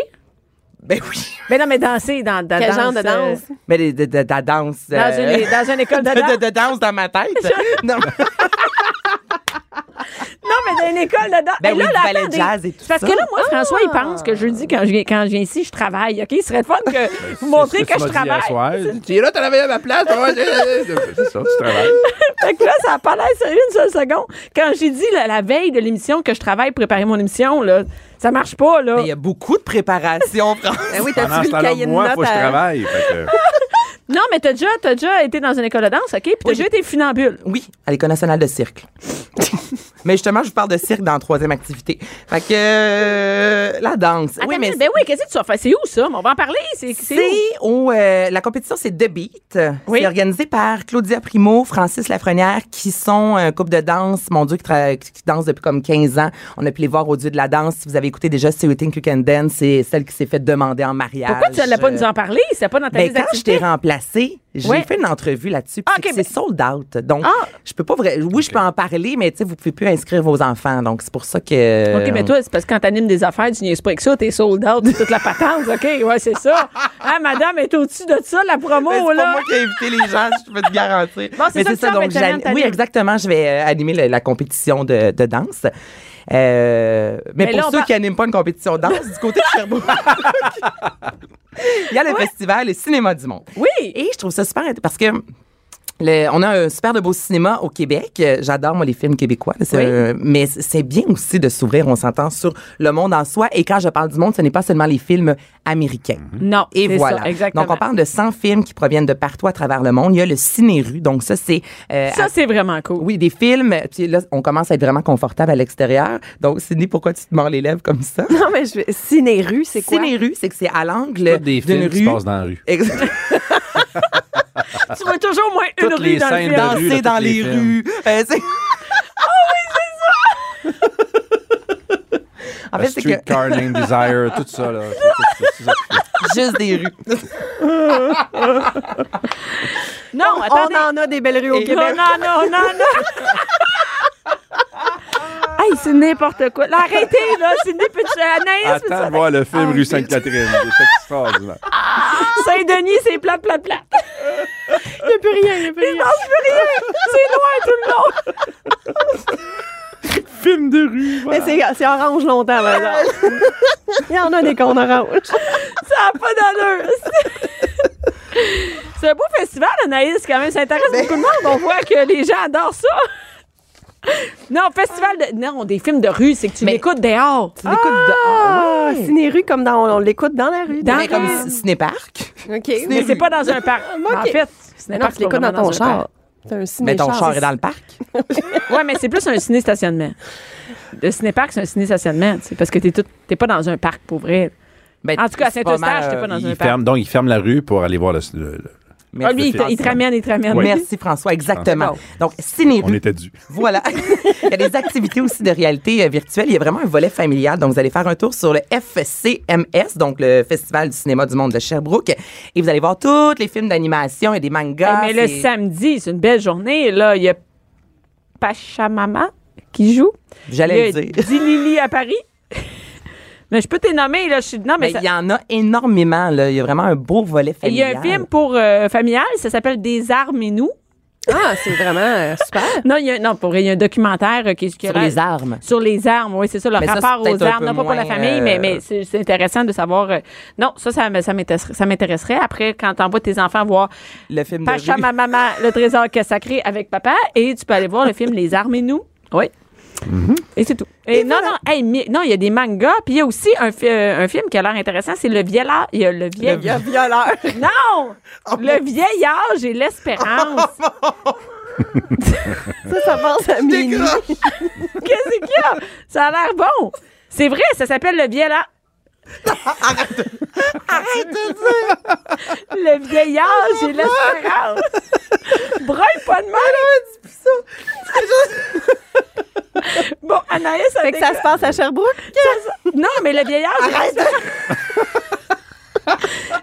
Ben oui. Mais non, mais danser dans, dans Quel danse, genre de euh, danse? Mais de, de- de- de la danse. dans, euh, une, dans une école de danse. de, de danse dans ma tête. non, Non, mais dans une école de danse. Ben Et oui, là, du là, ballet attendez. jazz et tout Parce ça. que là, moi, François, Ah! il pense que jeudi, quand je viens, quand je viens ici, je travaille. OK? Il serait le fun que vous montrez que, C'est ce je tu m'as dit hier travaille. soir. Tu es là, t'as travaillé à ma place. t'as- C'est ça, tu travailles. fait que là, ça n'a pas l'air sérieux une seule seconde. Quand j'ai dit là, la veille de l'émission que je travaille, préparer mon émission, là, ça marche pas, là. mais euh, il y a beaucoup de préparation, François. Ben oui, Pendant t'as ce vu le cahier temps-là, de moi, notes? euh? faut que je à- travaille. Fait que- Non, mais t'as déjà, t'as déjà été dans une école de danse, OK? Puis t'as Oui. déjà été funambule. Oui, à l'École nationale de cirque. mais justement, je vous parle de cirque dans la troisième activité. Fait que euh, la danse. Attends, oui, mais ben oui, qu'est-ce que tu vas faire? C'est où, ça? Mais On va en parler. C'est c'est où? C'est au, euh, la compétition, c'est The Beat. Oui. C'est organisé par Claudia Primo, Francis Lafrenière, qui sont un couple de danse, mon Dieu, qui, tra- qui danse depuis comme 15 ans. On a pu les voir au Dieu de la danse. Si vous avez écouté déjà See What You Think You Can Dance, c'est celle qui s'est fait demander en mariage. Pourquoi tu n'allais pas nous en parler? C'était pas dans ta Ben, liste quand je t'ai d'activités? remplacée, j'ai Ouais. fait une entrevue là-dessus. Ah, puis ok, Ah. c'est sold out. Donc, je peux pas vrai- Oui, je peux en parler, mais tu sais, vous pouvez plus inscrire vos enfants. Donc, c'est pour ça que. OK, mais toi, c'est parce que quand t'animes des affaires, tu niaises pas avec ça, t'es sold out, c'est toute la patente, OK? Ouais, c'est ça. Hein, madame est au-dessus de ça, la promo, Ben, c'est là. pas moi qui ai invité les gens, je peux te garantir. Bon, c'est Mais ça que tu as, mais donc t'as rien j'an- oui, à exactement, je vais euh, animer le- la compétition de, de danse. Euh, mais, Mais pour Ben là, on ceux va- qui n'animent pas une compétition de danse, du côté de Sherbrooke, il y a le festival Le Cinéma du Monde. Oui. Et je trouve ça super int- parce que le- on a un super de beau cinéma au Québec. Euh, J'adore, moi, les films québécois. C'est Oui. un- mais c- c'est bien aussi de s'ouvrir, on s'entend, sur le monde en soi. Et quand je parle du monde, ce n'est pas seulement les films américains. Non, Et Mhm. c'est voilà. ça, exactement. Donc, on parle de 100 films qui proviennent de partout à travers le monde. Il y a le ciné-rue. Donc, ça, c'est. euh, Ça, à- c'est vraiment cool. oui, des films. Puis là, on commence à être vraiment confortable à l'extérieur. Donc, Sydney, pourquoi tu te mords les lèvres comme ça? Non, mais je... Ciné-rue, c'est quoi? Ciné-rue, c'est que c'est à l'angle Toutes des d'une films rue. qui se passent dans la rue. Exact. Tu vois toujours au moins une Toutes rue les dans le scènes film. de rue. Danser de dans tous les les films. rues. Euh, c'est- Ah En fait, c'est que Streetcar Name Desire, tout ça. Là. C'est- c'est- c'est ça. juste des rues. Non, On attendez. Oh, en a des belles rues Non, au Québec. non, non, non, non. hey, c'est n'importe quoi. Là, arrêtez, là. C'est Ah, des petits Anaïs. Attends de voir le film Rue Sainte-Catherine. C'est extraordinaire. Saint-Denis, c'est plate, plate, plate. Il n'y a plus rien, il n'y a plus rien. Non, je plus rien. C'est loin, tout le monde. film de rue. Mais c'est c'est orange longtemps, par exemple. Il y en a des cons oranges. Ça n'a pas d'allure. C'est- C'est un beau festival, Anaïs, quand même. Ça intéresse Ben- beaucoup de monde. On voit que les gens adorent ça. Non, festival de. Non, des films de rue, c'est que tu l'écoutes dehors. Tu l'écoutes dehors. Ah, Ciné-rue, comme dans, on, on l'écoute dans la rue. Dans- Mais comme c- ciné-parc. OK. Mais c'est pas dans un parc. En fait, ce n'est Ah, Mais non, pas tu l'écoutes dans ton char. C'est un Mais ciné ton char est dans le parc. Oui, mais c'est plus un ciné-stationnement. Le ciné-parc, c'est un ciné-stationnement, tu sais, parce que t'es tout- t'es pas dans un parc pour vrai. Ben, En tout cas, à c'est pas Saint-Eustache, mal, t'es pas euh, dans un Il parc. ferme, donc, il ferme la rue pour aller voir le. le- le- merci, Ah, lui, il te, François. il te ramène, il te ramène. Merci, François. Exactement. Donc, on ciné-rue. était dû. Voilà. il y a des activités aussi de réalité euh, virtuelle. Il y a vraiment un volet familial. Donc, vous allez faire un tour sur le FCMS, donc le Festival du cinéma du monde de Sherbrooke. Et vous allez voir tous les films d'animation et des mangas. Hey, Eh, mais Ah, le C'est- samedi, c'est une belle journée. Là, il y a Pachamama qui joue. J'allais Il y a le dire. Dilili à Paris. mais je peux t'es nommer, là. Je suis... Non, mais, Mais ça- Ben, il y en a énormément. Là. Il y a vraiment un beau volet il y familial. a un film pour euh, familial, ça s'appelle Des armes et nous. Ah, c'est vraiment euh, super. Non, il y a, non, pour vrai, il y a un documentaire euh, qui, qui sur les armes. Sur les armes, oui, c'est ça, le Mais ça, c'est rapport peut-être aux un armes. peu Non, pas pour la moins, famille, euh, mais, mais c'est c'est intéressant de savoir. euh, non, ça, ça, me- ça m'intéresserait. ça m'intéresserait. Après, quand t'envoies tes enfants voir Le film Bah de rue. Pachama Maman, le trésor que sacré avec papa, et tu peux aller voir le film Les armes et nous. Oui. Et c'est tout. Et non, non, hey, mais- non, il y a des mangas, puis il y a aussi un, fi- euh, un film qui a l'air intéressant, c'est Le Vieillard. Il y a Le Vieillard. Ah violeur. Non! le Vieillage et l'Espérance. Ça, ça passe à minuit. Qu'est-ce qu'il y a? Ça a l'air bon. C'est vrai, ça s'appelle le biela. Arrête. arrête de dire. Le vieillage et l'espérance. Braille pas de mal. Bon, Anaïs, Fait que ça se passe à Sherbrooke? Non, mais le vieillage. Arrête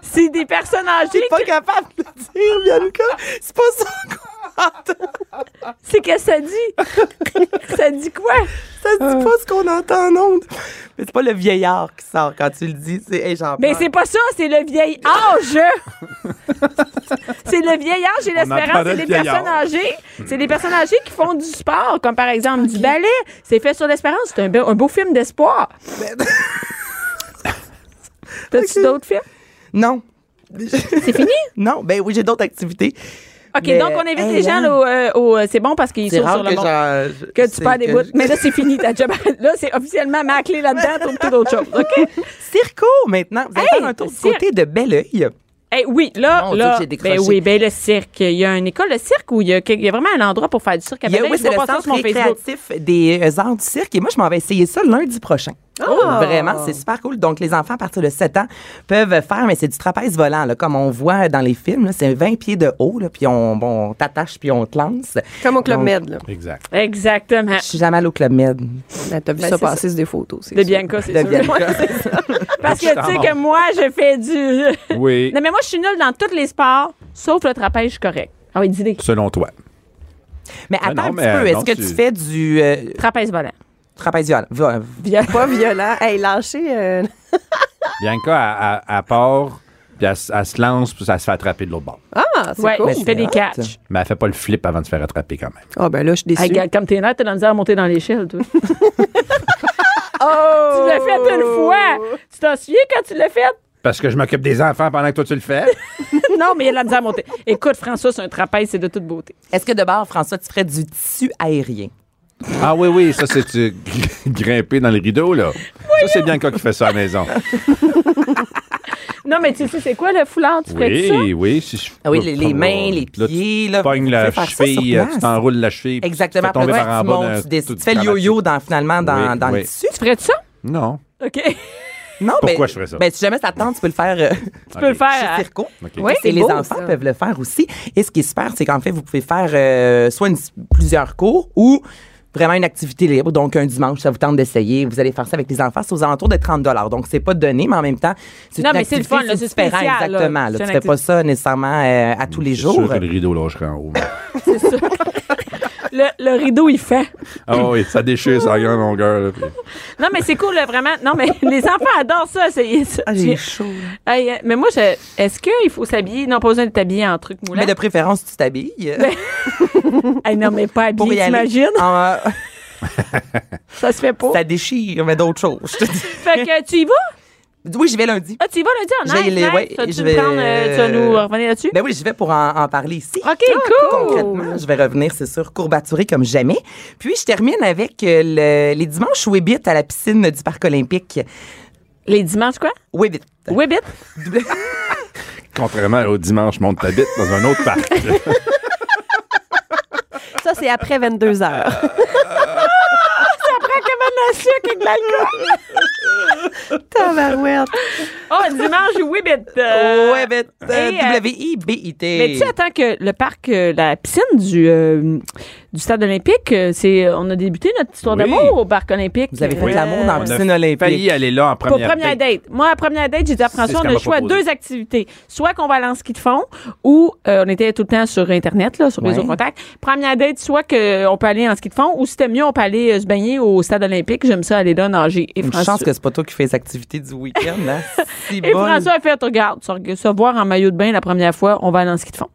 C'est des personnes âgées. Pas que- capable de le dire, Bianca. C'est pas ça qu'on entend. C'est que ça dit. ça dit quoi? Ça se dit pas ce qu'on entend en ondes. Mais c'est pas le vieillard qui sort quand tu le dis. C'est, hey, j'en Mais pleure. c'est pas ça, c'est le vieil âge. c'est le vieil âge et l'espérance. entendait C'est le des vieillard. personnes âgées. C'est des personnes âgées qui font du sport, comme par exemple du ballet. C'est fait sur l'espérance. C'est un, be- un beau film d'espoir. T'as-tu d'autres films? Non. C'est fini? non, ben oui, j'ai d'autres activités. OK, Mais, donc on invite hey, les gens hein. là, au, euh, au, euh, C'est bon parce qu'ils C'est sont rare sur que, le monde. j'en- je- Que c'est tu perds des que- bouts. Mais là, c'est fini, ta job. Là, c'est officiellement ma clé là-dedans, trouve tout autre chose. OK? Circo, maintenant. Vous allez Hey, faire un tour du cirque. côté de Belleuil. Eh oui, là, Mon Dieu, là, j'ai décroché. ben oui, ben le cirque. Il y a une école de cirque où il y a, il y a vraiment un endroit pour faire du cirque. à Il y a, Belleuil. oui, Je c'est le vois pas ça centre sur mon Facebook. récréatif des euh, arts du cirque. Et moi, je m'en vais essayer ça lundi prochain. Ah! Vraiment, c'est super cool. Donc, les enfants à partir de 7 ans peuvent faire, mais c'est du trapèze volant, là, comme on voit dans les films. là. C'est 20 pieds de haut, là, puis on, bon, on t'attache, puis on te lance. Comme au Club Donc, Med, là. Exact. Exactement. Je suis jamais allée au Club Med. Ben, T'as vu Ben, ça c'est ça. passer sur des photos, c'est De sûr. Bianca, c'est De sûr. Bianca. Moi, c'est ça. Parce que tu sais que moi, je fais du. Oui. Non, mais moi, je suis nulle dans tous les sports, sauf le trapèze, je suis correct. Ah oui, dis-le. Selon toi. Mais Ah attends non, un mais, petit peu, euh, est-ce non, que tu- tu, fais du euh, Trapèze volant. trapèze volant? Va- Bien. Pas violent. Hey, lâcher. euh, Bianca, elle, elle- elle part, puis elle, s- elle se lance, puis elle se fait attraper de l'autre bord. Ah, c'est Ouais, cool. je fais des hot. catchs. Mais elle fait pas le flip avant de se faire attraper quand même. Ah, ben là, je suis déçue. Hey, gars, comme t'es nette, t'as de la misère à monter dans l'échelle, toi. tu l'as fait une Oh! fois. Tu t'en souviens quand tu l'as fait? Parce que je m'occupe des enfants pendant que toi tu le fais. Non, mais il y a de la misère à monter. Écoute, François, c'est un trapèze, c'est de toute beauté. Est-ce que de bord, François, tu ferais du tissu aérien? ah oui, oui, ça c'est euh, grimper dans le rideau, là. Ça, c'est Bianca qui fait ça à la maison. Non, mais tu sais, c'est quoi le foulard? Tu fais ça? Oui, oui. si je- Ah oui, les- les Là, mains, les tu pieds, là, pognes vous la pouvez faire ça sur cheville, euh, tu place. t'enroules la cheville. puis Exactement. Tu te fais tomber Après, par en tu bas. montes, d'un- tu, dé- tout tu fais le dramatique. yo-yo dans, finalement dans, Oui, dans oui. le tissu. Tu ferais de ça? Non. OK. Non, Pourquoi ben, je ferais ça? Ah, Ben, si jamais ça te tente, tu peux le faire euh, Tu peux le faire. hein. à- chez Circo. Oui, Et c'est les beau, enfants ça. peuvent le faire aussi. Et ce qui est super, c'est qu'en fait, vous pouvez faire euh, soit une- plusieurs cours ou vraiment une activité libre. Donc, un dimanche, ça vous tente d'essayer. Vous allez faire ça avec les enfants. C'est aux alentours de 30 Donc, c'est pas donné, mais en même temps, c'est Non, une mais c'est le activité fun, là, c'est différent, spécial, là. Exactement. là. C'est Tu une fais pas ça nécessairement euh, à tous les C'est sûr jours. que le rideau, là, je serais en haut. C'est ça. le, le rideau, il fait. Ah oui, ça déchire, ça a grande longueur. là, puis- Non, mais c'est cool, là, vraiment. Non, mais les enfants adorent ça. C'est, ça. Ah, j'ai chaud. Hey, euh, mais moi, je, est-ce qu'il faut s'habiller? Non, pas besoin de t'habiller en truc moulant. Mais de préférence, tu t'habilles. euh, Hey, non, mais pas pour y habillé, aller. Ben, t'imagines? En, euh, Ça se fait pas. ça déchire, mais d'autres choses. je te dis. Fait que tu y vas? Oui, je vais lundi. Ah, tu y vas lundi en J'ai nice, les- nice. ouais, Tu vas-tu je nous vais- prendre, euh, tu vas nous revenir là-dessus? Ben oui, je vais pour en, en parler ici. Ah, OK, cool. Concrètement, je vais revenir, c'est sûr, courbaturé comme jamais. Puis je termine avec euh, le- les dimanches Webit à la piscine du Parc olympique. Les dimanches, quoi? Webit. Webbit? Contrairement au dimanche, monte ta bite dans un autre parc. Ça, c'est après 22 heures. Tabarouette. Oh, dimanche, Webbit. Euh, Webit. euh, et, euh, W-I-B-I-T. Mais tu sais, attends que le parc, euh, la piscine du, euh, du stade olympique, euh, c'est, on a débuté notre histoire Oui. d'amour au parc olympique. Vous avez fait Euh, de l'amour dans la On a piscine olympique. failli aller là en Pour première, première date. date. Moi, à première date, j'ai dit à François, ce on qu'elle a le m'a choix de proposé. deux activités. Soit qu'on va aller en ski de fond, ou euh, on était tout le temps sur Internet, là, sur les réseau Ouais. contact. Première date, soit qu'on peut aller en ski de fond, ou si c'était mieux, on peut aller euh, se baigner au stade olympique. J'aime ça aller là nager. Et Une François, chance que c'est pas toi qui fais les activités du week-end. Hein? Si et bonne. François a fait, regarde, se se voir en maillot de bain la première fois, on va aller en ski de fond.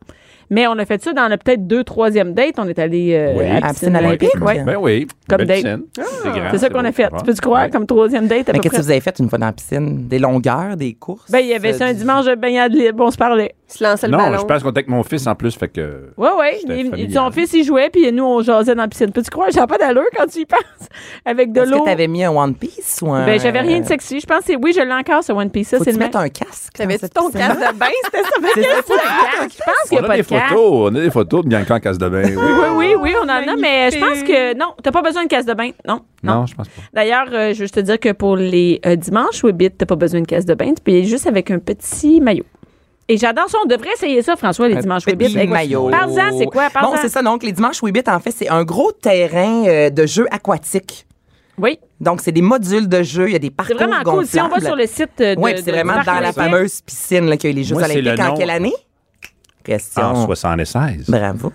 Mais on a fait ça dans le peut-être deux, troisième date. On est allé euh, Oui. à la piscine olympique. ouais. olympique, oui. Ben oui. Comme belle date. piscine. C'est grand, C'est ça c'est qu'on beau. Ah. a fait. Tu peux te croire, Ouais. comme troisième date à Mais peu qu'est-ce près. que vous avez fait une fois dans la piscine? Des longueurs, des courses? Euh, Ben, il y avait ça un du- dimanche de baignade libre, on se parlait. Tu lançais le Non, ballon. je pense qu'on était avec mon fils en plus, fait que. Ouais, ouais. C'était Il- familial. son fils, il jouait, puis nous, on jasait dans la piscine. Peux-tu croire? J'ai pas d'allure quand tu y penses. Avec de Est-ce l'eau. que t'avais mis un One Piece ou un. Ben, j'avais rien de sexy. Je pense que c'est- oui, je l'ai encore, ce One Piece. Ça, Faut c'est que le même. tu mettes un casque. dans T'avais-tu cette ton piscine-là? casque de bain? C'était ça? C'est ça, faut- Je pense qu'il n'y a On a pas des de photos Hein? photos. On a des photos de Bianca en casse de bain. oui. Oui, oui, oui, on en a, mais je pense que non, t'as pas besoin de caisse de bain. Non, non. Non, je pense pas. D'ailleurs, euh, je veux juste te dire que pour les euh, dimanches Webbit, t'as pas besoin de caisse de bain, tu peux y aller juste avec un petit maillot. Et j'adore ça, on devrait essayer ça, François, les dimanches Webbit. Petit maillot. Parle-en, c'est quoi? Parle-en. Bon, c'est ça. Donc, les dimanches Weebit, en fait, c'est un gros terrain euh, de jeux aquatiques. Oui, Donc, c'est des modules de jeu. Il y a des c'est parcours vraiment cool. Si on va gonflables. sur le site euh, de. Oui, puis c'est de- vraiment du parc dans la olympique. fameuse piscine là, qu'il y a eu les Jeux Moi, c'est olympiques. le En nom. quelle année? En Question. 76. Bravo.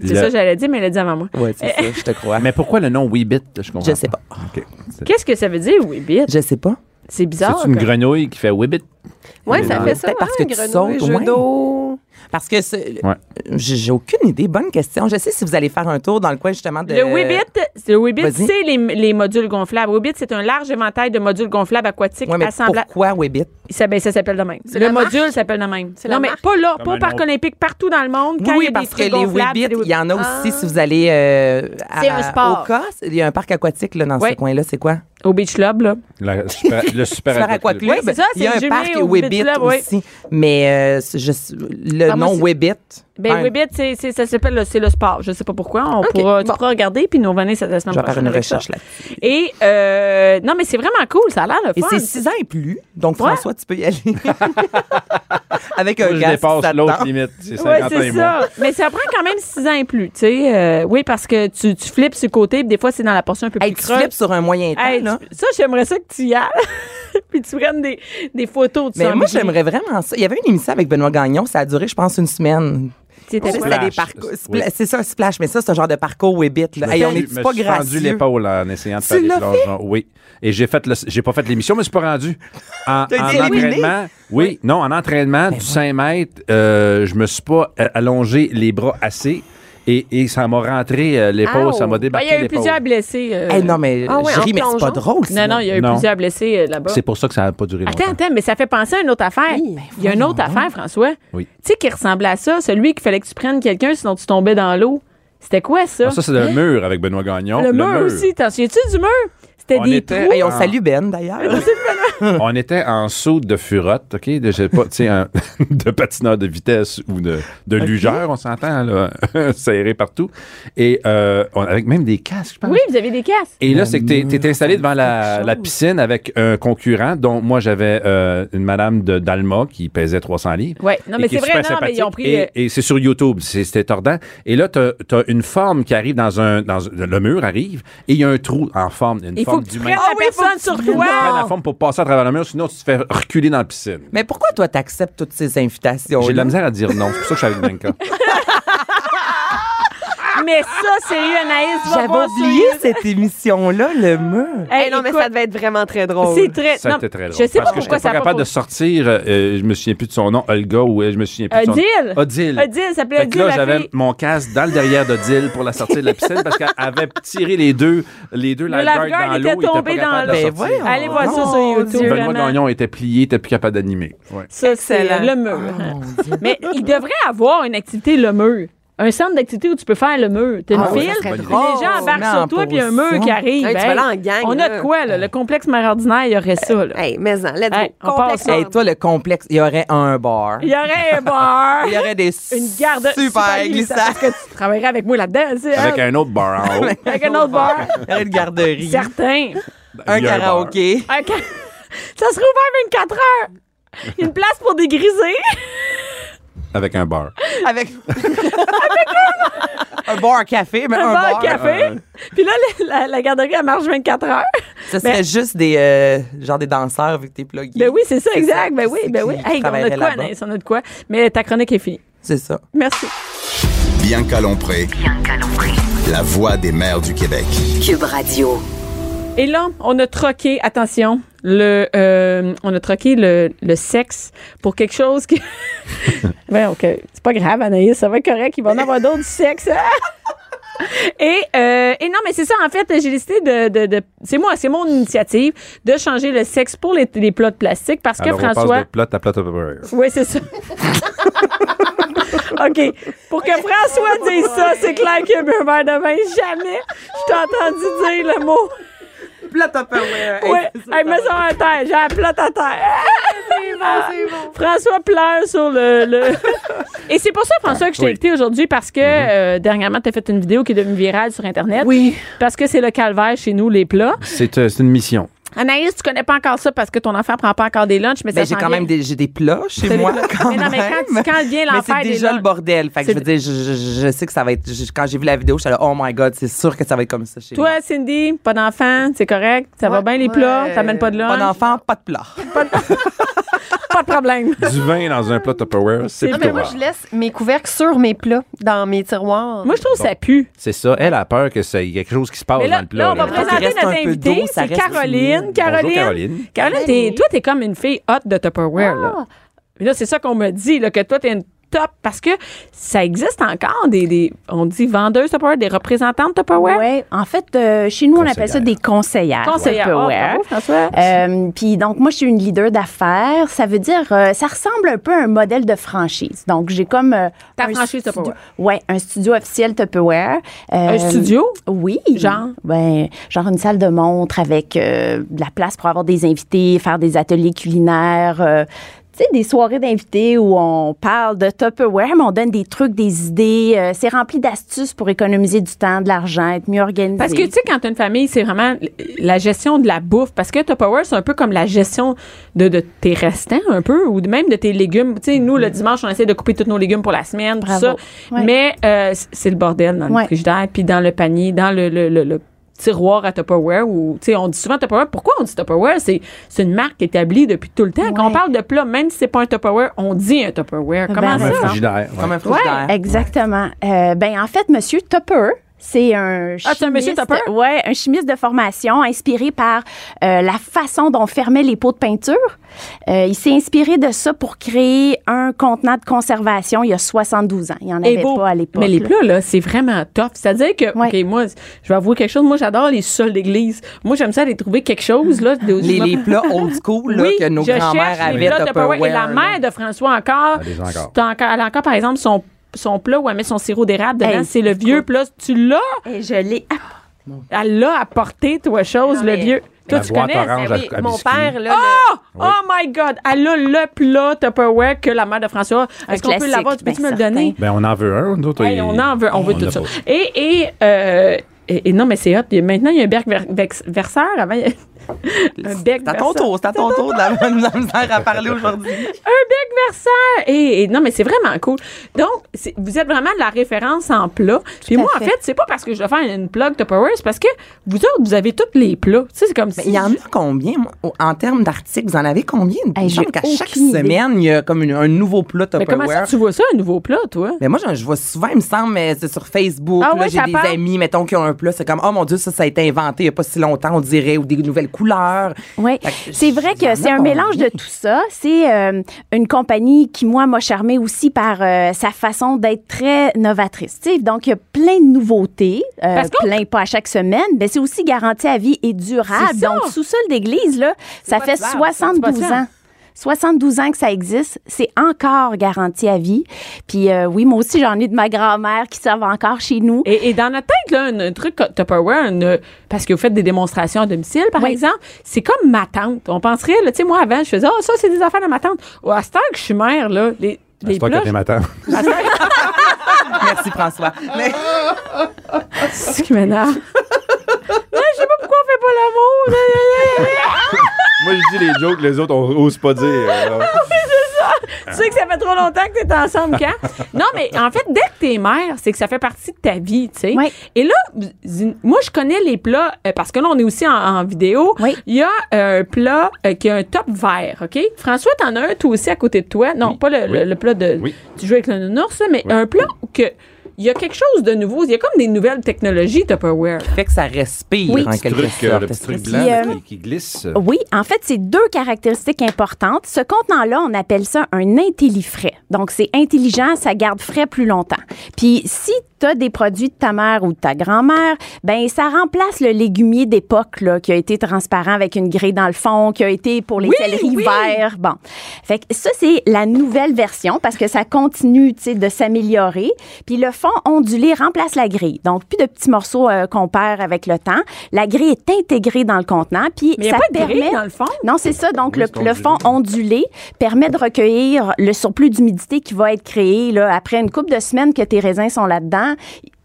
C'est Le- Ah, ça, j'allais dire, mais elle l'a dit avant moi. Oui, c'est ça, je te crois. Mais pourquoi le nom Weebit? Je comprends. Ah, Je sais pas. OK. C'est- Qu'est-ce que ça veut dire, Webbit? Je sais pas. C'est bizarre. C'est une comme- grenouille qui fait Weebit. Oui, ça non. fait ça. Peut-être parce ouais, que tu grenouille, sautes, jeu ouais. d'eau. Parce que ce- Ouais. j'ai j'ai aucune idée. Bonne question. Je sais si vous allez faire un tour dans le coin justement de. Le Weebit, le Weebit, Vas-y. c'est les, les modules gonflables. Weebit, c'est un large éventail de modules gonflables aquatiques Ouais, mais assemblables. pourquoi Weebit? Ça, ben, ça s'appelle de même. Le la module marque? s'appelle de même. la Non, mais marque? pas là, Comme pas au un parc autre. olympique, partout dans le monde. quand il y oui, a parce des que trucs les gonflables, c'est Weebits, des il y en a aussi si vous allez euh, à- C'est un sport. au Cos. Il y a un parc aquatique là, dans Ouais. ce coin-là. C'est quoi? Au Beach Club, là. La super- le super, Super aqua- Aquaclub. Oui, c'est ça, il y a c'est un jumelé parc au Weebit Beach Club, oui. aussi. Mais euh, c'est juste- le Ah, moi, nom c'est- Weebit. hein, Ben, un- Weebit, c'est- c'est- ça s'appelle le, c'est le sport. Je sais pas pourquoi. On pourra, bon. Tu pourras regarder puis nous revenir cette la semaine Je vais prochaine. faire une avec ça. recherche là. Et, euh, non, mais c'est vraiment cool. Ça a l'air le Et fun. c'est 6 ans et plus. Donc, François, tu peux y aller. Avec un Moi, je gars, si ça dépasse te l'autre tente. limite. C'est Ouais, 50 ans et c'est moins. ça. Mais ça prend quand même 6 ans et plus, tu sais. euh, oui, parce que tu, tu flippes sur le côté, puis des fois, c'est dans la portion un peu plus Hey, tu creuse. flippes sur un moyen temps, Hey, là. tu- ça, j'aimerais ça que tu y ailles. puis tu prennes des, des photos de Mais ça. moi, j'aimerais vraiment ça. Il y avait une émission avec Benoît Gagnon, ça a duré, je pense, une semaine. C'était Ça, quoi? c'était des Splash. parcours- spla- Oui. C'est ça, un splash, mais ça, c'est un genre de parcours Webbit. Je me Là. Hey, on suis- est pas Je me suis gracieux. rendu l'épaule en essayant de Tu faire des l'as plongeons. Oui. Et j'ai fait le- j'ai pas fait l'émission, mais je suis pas rendu. En, T'as en été éliminé? entraînement, oui, non, en entraînement du 5 mètres, euh, je me suis pas euh, allongé les bras assez et, et ça m'a rentré euh, l'épaule, ça m'a Ben, débarqué Il y a eu l'épaule. plusieurs blessés. euh, Hey, non, mais Ah ouais, je en ris, mais c'est pas plongeon? drôle. non, non, il y a eu Non. plusieurs blessés euh, là-bas. C'est pour ça que ça n'a pas duré Attends, longtemps. attends, mais ça fait penser à une autre affaire. Oui, ben il y a une autre affaire, François. Oui. Tu sais, qui ressemblait à ça, celui qu'il fallait que tu prennes quelqu'un, sinon tu tombais dans l'eau. C'était quoi ça? Ah, ça, c'est le mur avec Benoît Gagnon. le, mur, aussi. T'en souviens-tu du mur? C'était On des était- trous. Hey, on Ah. salue Ben, d'ailleurs. On était en saut de furotte, OK? De, je sais pas, tu sais, un- de patineur de vitesse ou de, de lugeur, on s'entend, là, serré partout. Et euh, on, avec même des casques, je pense. Oui, vous avez des casses. Et là, c'est que t'es- t'es installé devant la, la piscine avec un concurrent, dont moi, j'avais euh, une madame de d'Alma qui pesait 300 livres. Ouais, non, Et mais qui est c'est vrai, super non, mais ils ont pris, sympathique. euh, Et, et c'est sur YouTube, c'est- c'était tordant. Et là, t'as as une forme qui arrive dans un... Dans, un- le mur arrive, et il y a un trou en forme, une Il faut forme que tu d'humain. prennes Ah la oui, faut personne que tu sur toi. prennes Prends la forme pour passer à travers le mur, sinon tu te fais reculer dans la piscine. mais pourquoi toi, t'acceptes toutes ces invitations? J'ai de la misère à dire non. C'est pour ça que je suis avec Bianca. Euh, Mais ça, c'est eu Anaïs. va J'avais voir oublié ça. cette émission-là, le mur. Hey, Hey, non, mais écoute, ça devait être vraiment très drôle. c'est très. Ça non, c'était très long. Je sais Parce pas que pourquoi j'étais ça pas a capable de pas sortir, euh, je me souviens plus de son nom, Olga ou euh, je me souviens plus de son Odile. nom. Odile. Odile, ça s'appelait Fait que Odile, là, la j'avais fille. mon casque dans le derrière d'Odile pour la sortir de la piscine parce qu'elle avait tiré les deux, les deux lifeguards lifeguard dans l'eau. était il pas tombé dans capable de l'eau. sortir. Ben voyons. Allez voir ça Oh, sur YouTube. Dieu. Benoît vraiment. Gagnon était plié, était plus capable d'animer. Ouais. Ça, c'est euh, Excellent. le mur. hein. Mais il devrait avoir une activité le mur. Un centre d'activité où tu peux faire le mur. T'as une Ah oui, file, ça puis serait les drôle. gens embarquent Non, sur toi, pour puis il y a un ça. mur qui arrive. Ben, Hey, tu vas là en gang, on a de là. quoi, là? Le complexe mère ordinaire, il y aurait ça, là. Hey, mais en, let's go. Hey, on Complexe passe à- Hey, toi, le complexe, il y aurait un bar. Il y aurait un bar. Il y aurait des une garde super glissade, glissades. Parce que tu travaillerais avec moi là-dedans, tu sais, Avec hein? un autre bar en haut. Avec un autre bar. Il y aurait une garderie. Certain. Un Il y a bar. karaoké. Un ca- Ça serait ouvert 24 heures. Une place pour dégriser. Avec un bar. Avec. un bar café, mais Un, un, bar, bar. à café. Puis là, la, la- la garderie, elle marche 24 heures. Ce serait juste des. euh, genre des danseurs avec tes plugs. Ben oui, c'est ça, exact. Ben oui, C'est ben qui oui. qui Hey, on a de travaillerait quoi, là-bas? Anaïs, on a de quoi. Mais ta chronique est finie. C'est ça. Merci. Bianca Lompré, Bianca Lombré. la voix des mères du Québec. Cube Radio. Et là, on a troqué, attention, le, euh, on a troqué le, le sexe pour quelque chose qui. ben, OK. C'est pas grave, Anaïs, ça va être correct. Il va en avoir d'autres du sexe. hein? Et, euh, et non, mais c'est ça, en fait, j'ai décidé de. de- de- c'est moi, c'est mon initiative de changer le sexe pour les, les plats de plastique parce Alors, que on passe François. de plot à plot à pepper. Oui, c'est ça. OK. Pour que François dise ça, c'est clair qu'il y a eu un verre de vin. Jamais je t'ai entendu dire le mot. Plat Tupperware. Oui, hey, mets ça en terre, j'ai la plate à terre. C'est bon, c'est bon. François pleure sur le. le- Et c'est pour ça, François, que je t'ai Oui. invité aujourd'hui parce que Mm-hmm. euh, dernièrement, tu as fait une vidéo qui est devenue virale sur Internet. Oui. Parce que c'est le calvaire chez nous, les plats. C'est euh, c'est une mission. Anaïs, tu connais pas encore ça parce que ton enfant prend pas encore des lunchs, mais Ben, ça j'ai s'en quand vient. même des, j'ai des plats T'as chez des moi. plats. Quand Mais non, mais quand même. tu- quand vient Mais l'enfer c'est des déjà lunchs. le bordel. Fait que C'est- je veux dire, je, je- je sais que ça va être. je- quand j'ai vu la vidéo, je suis là, oh my god, c'est sûr que ça va être comme ça chez moi. Toi, Cindy, pas d'enfant, c'est correct, ça va Ouais, bien les plats, ouais. t'amènes pas de lunch, Pas d'enfant, pas de plat. pas de problème. Du vin dans un plat Tupperware, c'est Non, Ah, mais plutôt rare. moi, Moi, je laisse mes couvercles sur mes plats, dans mes tiroirs. Moi, je trouve que ça pue. C'est ça. Elle a peur que ça- il y a quelque chose qui se passe Mais dans là, le plat. là, on va là. Bonjour, Il présenter reste un notre peu invitée, d'eau, ça c'est reste Caroline. humide. Caroline, Caroline. Caroline, t'es- toi, t'es comme une fille hot de Tupperware. Ah. Là, Mais là c'est ça qu'on me dit, là, que toi, t'es une top, parce que ça existe encore des, des- on dit vendeuses Tupperware, des représentantes Tupperware. Ouais. En fait, euh, chez nous, on appelle ça Conseillère. des conseillères. Conseillère. Tupperware. Oh, bravo, François. Euh, Puis donc, moi, je suis une leader d'affaires. Ça veut dire, euh, ça ressemble un peu à un modèle de franchise. Donc, j'ai comme. euh, Ta un franchise studio- Tupperware. Ouais, un studio officiel Tupperware. Euh, Un studio? Oui. Genre? Ben, genre une salle de montre avec euh, de la place pour avoir des invités, faire des ateliers culinaires. euh, tu sais, des soirées d'invités où on parle de Tupperware, mais on donne des trucs, des idées. euh, c'est rempli d'astuces pour économiser du temps, de l'argent, être mieux organisé. Parce que, tu sais, quand t'as une famille, c'est vraiment la gestion de la bouffe. Parce que Tupperware, c'est un peu comme la gestion de, de tes restants, un peu, ou de- même de tes légumes. Tu sais, nous, le dimanche, on essaie de couper tous nos légumes pour la semaine, tout Mm-hmm. Bravo. ça. Ouais. Mais euh, c- c'est le bordel dans le Ouais. frigidaire, puis dans le panier, dans le, le- le- le tiroir à Tupperware. Ou, tu sais, on dit souvent Tupperware. Pourquoi on dit Tupperware? C'est c'est une marque établie depuis tout le temps. Quand on Ouais. parle de plat, même si c'est pas un Tupperware, on dit un Tupperware. Ben, Comment c'est ça? ça. frigidaire, ouais. Comme un frigidaire. Exactement. Euh, ben en fait, Monsieur Tupper. C'est un chimiste, Ah, c'est un monsieur Tupper? Ouais, un chimiste de formation inspiré par euh, la façon dont fermaient les pots de peinture. Euh, il s'est inspiré de ça pour créer un contenant de conservation il y a 72 ans. Il n'y en Et avait Eh, beau. pas à l'époque. Mais les là. plats, là, c'est vraiment tough. C'est-à-dire que, Ouais. OK, moi, je vais avouer quelque chose. Moi, j'adore les sols d'église. Moi, j'aime ça aller trouver quelque chose, là. de- Les, je me- les plats old school là, oui, que nos je cherche grands-mères les avaient. plats Tupperware. Et la Tupperware, là. mère de François encore, Elle Ah, les a encore. c'est encore- elle a encore, par exemple, son, son plat où elle met son sirop d'érable dedans. Hey, c'est le vieux plat. Tu l'as? Et je l'ai Ah! Elle l'a apporté, toi, chose, Non, le mais- vieux. Toi, La tu boîte connais? orange c'est- à- Ben Oui, à mon biscuits. père, là, Oh! Oh my God! Elle a le plat Tupperware que la mère de François. Un Est-ce qu'on peut classique, l'avoir? Tu peux-tu ben, me le donner? certain. Ben, on en veut un, nous autres. Hey, il- on en veut, on veut en tout a ça. pas. Et, et, euh, et, et non, mais c'est hot. Il y a- Maintenant, il y a un bec ver- vex- verseur. Avant, il y a- un bec C'est à ton verseur. tour, c'est à ton tour de la, de la misère à parler aujourd'hui. Un bec verseur. Et, et non, mais c'est vraiment cool. Donc, c'est- vous êtes vraiment la référence en plat. Puis à moi, en fait. fait, c'est pas parce que je dois faire une plug Tupperware, c'est parce que vous autres, vous avez tous les plats. Tu sais, c'est comme si. Mais Ben, il y en a combien, moi, au- en termes d'articles? Vous en avez combien? Hey, Je j'ai pense qu'à chaque aucune idée. semaine, il y a comme une- un nouveau plat mais comment ça, Tupperware. tu vois ça, un nouveau plat, toi? Mais moi, je, je vois souvent, il me semble, mais c'est sur Facebook. Ah là, ouais, j'ai ça des parle? amis, mettons, qui ont un plat. C'est comme, oh mon Dieu, ça, ça a été inventé il n'y a pas si longtemps, on dirait, ou des nouvelles couleurs. Oui, Fait que c'est vrai il y en que a c'est un combien? mélange de tout ça. C'est euh, une compagnie qui, moi, m'a charmée aussi par euh, sa façon d'être très novatrice. Tu sais, donc, il y a plein de nouveautés, euh, Parce qu'on- plein pas à chaque semaine, mais c'est aussi garanti à vie et durable. C'est ça. Donc, sous-sol d'église, là, ça fait durable, 72 c'est pas ans. 72 ans que ça existe, c'est encore garanti à vie. Puis euh, oui, moi aussi, j'en ai de ma grand-mère qui servent encore chez nous. Et, et dans notre tête, là, un, un truc Tupperware, une- parce que vous faites des démonstrations à domicile, par Oui. exemple, c'est comme ma tante. On penserait, là, tu sais, moi, avant, je faisais, ah, ça, c'est des affaires de ma tante. Oh, à ce temps que je suis mère, là, les, les C'est toi plats, qui m'attends. Merci, François. Mais- c'est ce qui m'énerve. Là, je sais pas pourquoi on fait pas l'amour. là, là, là, là. Moi, je dis les jokes, les autres, on n'ose pas dire. euh, Ah. tu sais que ça fait trop longtemps que t'es ensemble quand? Non, mais en fait, dès que t'es mère, c'est que ça fait partie de ta vie, tu sais. Oui. Et là, vous- moi, je connais les plats, euh, parce que là, on est aussi en, en vidéo. Oui. Il y a euh, un plat euh, qui a un top vert, OK? François, t'en as un, toi aussi, à côté de toi. Non, pas le, Oui. le- le plat de... Oui. Tu joues avec le nounours, là, mais un plat où que... Il y a quelque chose de nouveau. Il y a comme des nouvelles technologies Tupperware. fait que ça respire, Oui. en Petit quelque truc, euh, sorte. le petit truc Puis, blanc là, euh, qui, qui glisse. Oui, en fait, c'est deux caractéristiques importantes. Ce contenant-là, on appelle ça un intellifrais. Donc, c'est intelligent, ça garde frais plus longtemps. Puis, si tu as des produits de ta mère ou de ta grand-mère, ben ça remplace le légumier d'époque là, qui a été transparent avec une grille dans le fond, qui a été pour les Oui, céleris oui. verts. Bon. Fait que ça, c'est la nouvelle version parce que ça continue tu sais, de s'améliorer. Puis, le fond ondulé remplace la grille. Donc, plus de petits morceaux euh, qu'on perd avec le temps. La grille est intégrée dans le contenant. Puis, Mais y a ça pas de grille permet. dans le fond? Non, c'est ça. Donc, Oui, le, c'est le fond ondulé permet de recueillir le surplus d'humidité qui va être créé là, après une couple de semaines que tes raisins sont là-dedans.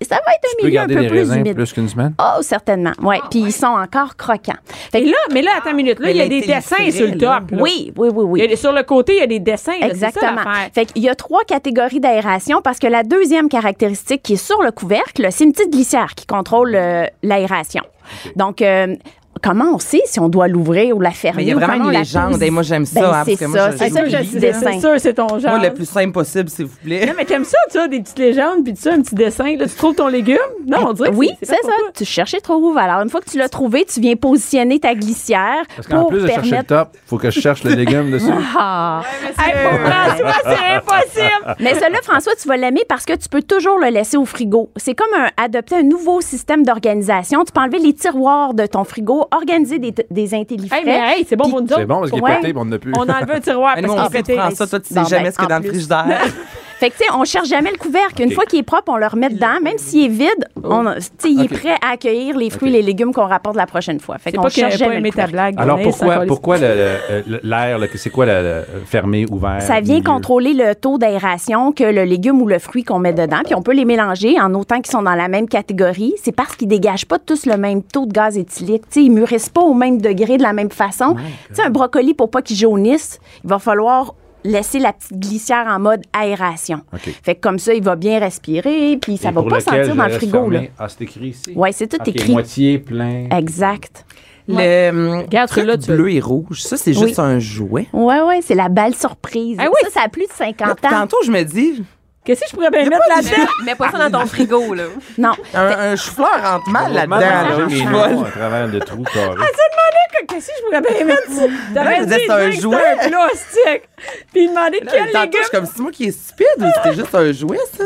Ça va être Tu un peux milieu un garder peu les plus raisins humide. plus qu'une semaine? Oh, certainement. Ouais. Puis ils sont encore croquants. Ah, Fait Et que- Ah, là, mais là, attends une minute, là, Mais il y a des l'intelligence, dessins sur le là. top. là. oui, oui, oui, Il y a oui. des- sur le côté, il y a des dessins. là, c'est ça, Exactement. l'affaire. Fait qu'il y a trois catégories d'aération parce que la deuxième caractéristique qui est sur le couvercle, c'est une petite glissière qui contrôle euh, l'aération. Donc, euh, comment on sait si on doit l'ouvrir ou la fermer? Mais il y a ou vraiment comment une on la légende, pose? et moi, j'aime ça, Ben, hein, parce c'est que moi, je- ça, Ah, c'est je ça que lis, je là. dis C'est dessin. sûr, c'est ton genre. Moi, le plus simple possible, s'il vous plaît. Non, mais t'aimes ça, tu as des petites légendes, puis tu as un petit dessin, là, tu trouves ton légume? Non, on dirait que Oui, c'est c'est pas ça. pour toi. Tu cherches et trouves. Alors, une fois que tu l'as trouvé, tu viens positionner ta glissière Parce qu'en pour plus de chercher le permettre. top, faut que je cherche le légume dessus. Ah. Hey, pour François, c'est impossible! Mais celui-là, François, tu vas l'aimer parce que tu peux toujours le laisser au frigo. C'est comme un- adopter un nouveau système d'organisation. Tu peux enlever les tiroirs de ton frigo, organiser des, des intellifrais. Hey, mais hey, c'est bon pour nous autres. C'est bon parce qu'il Ouais. est pété, mais on n'a plus. On enlève un tiroir Mais parce nous, qu'il on est fait pété. prendre ça. Toi, tu sais Bon, jamais ben, ce qu'il y a en dans le plus. frigidaire. Fait que, tu sais, on cherche jamais le couvercle. Une fois qu'il est propre, on le remet dedans. Même s'il est vide, on, tu sais, il est prêt à accueillir les fruits et les légumes qu'on rapporte la prochaine fois. Fait C'est qu'on pas qu'il cherche n'avait pas jamais le aimé ta couvercle. blague. Alors Denise, pourquoi, encore- pourquoi le- le- l'air, là, que c'est quoi le, le- fermé, ouvert? Ça vient milieu? contrôler le taux d'aération que le légume ou le fruit qu'on met dedans. Puis on peut les mélanger en autant qu'ils sont dans la même catégorie. C'est parce qu'ils dégagent pas tous le même taux de gaz éthylique. Tu sais, ils mûrissent pas au même degré de la même façon. Tu sais, un brocoli, pour pas qu'il jaunisse, il va falloir laisser la petite glissière en mode aération. OK. Fait que comme ça, il va bien respirer, puis ça Et va pour pas lequel sentir je dans le reste frigo. Là. fermé. Ah, c'est écrit ici? Ouais, c'est tout Ok, écrit. Moitié plein. Exact. Le euh, Regarde, truc celui-là, tu- bleu et rouge, ça, c'est juste un jouet. Ouais, ouais, c'est la balle surprise. Ah oui. Ça, ça a plus de 50 ans. Tantôt, je me dis, Qu'est-ce que je pourrais bien mettre là-dedans? Mets pas ça dans ton frigo, là. Non. un, un chou-fleur rentre mal Heureusement, j'ai là-dedans. mes là. noms à travers le trou Ah, carré. Qu'est-ce que je pourrais bien mettre? Là, T'aurais vous dit, êtes un Jacques, c'est jouet. un plastique. Puis demander Là, quel Tantôt, je légume. suis comme si moi qui est stupide ou c'était juste un jouet, ça?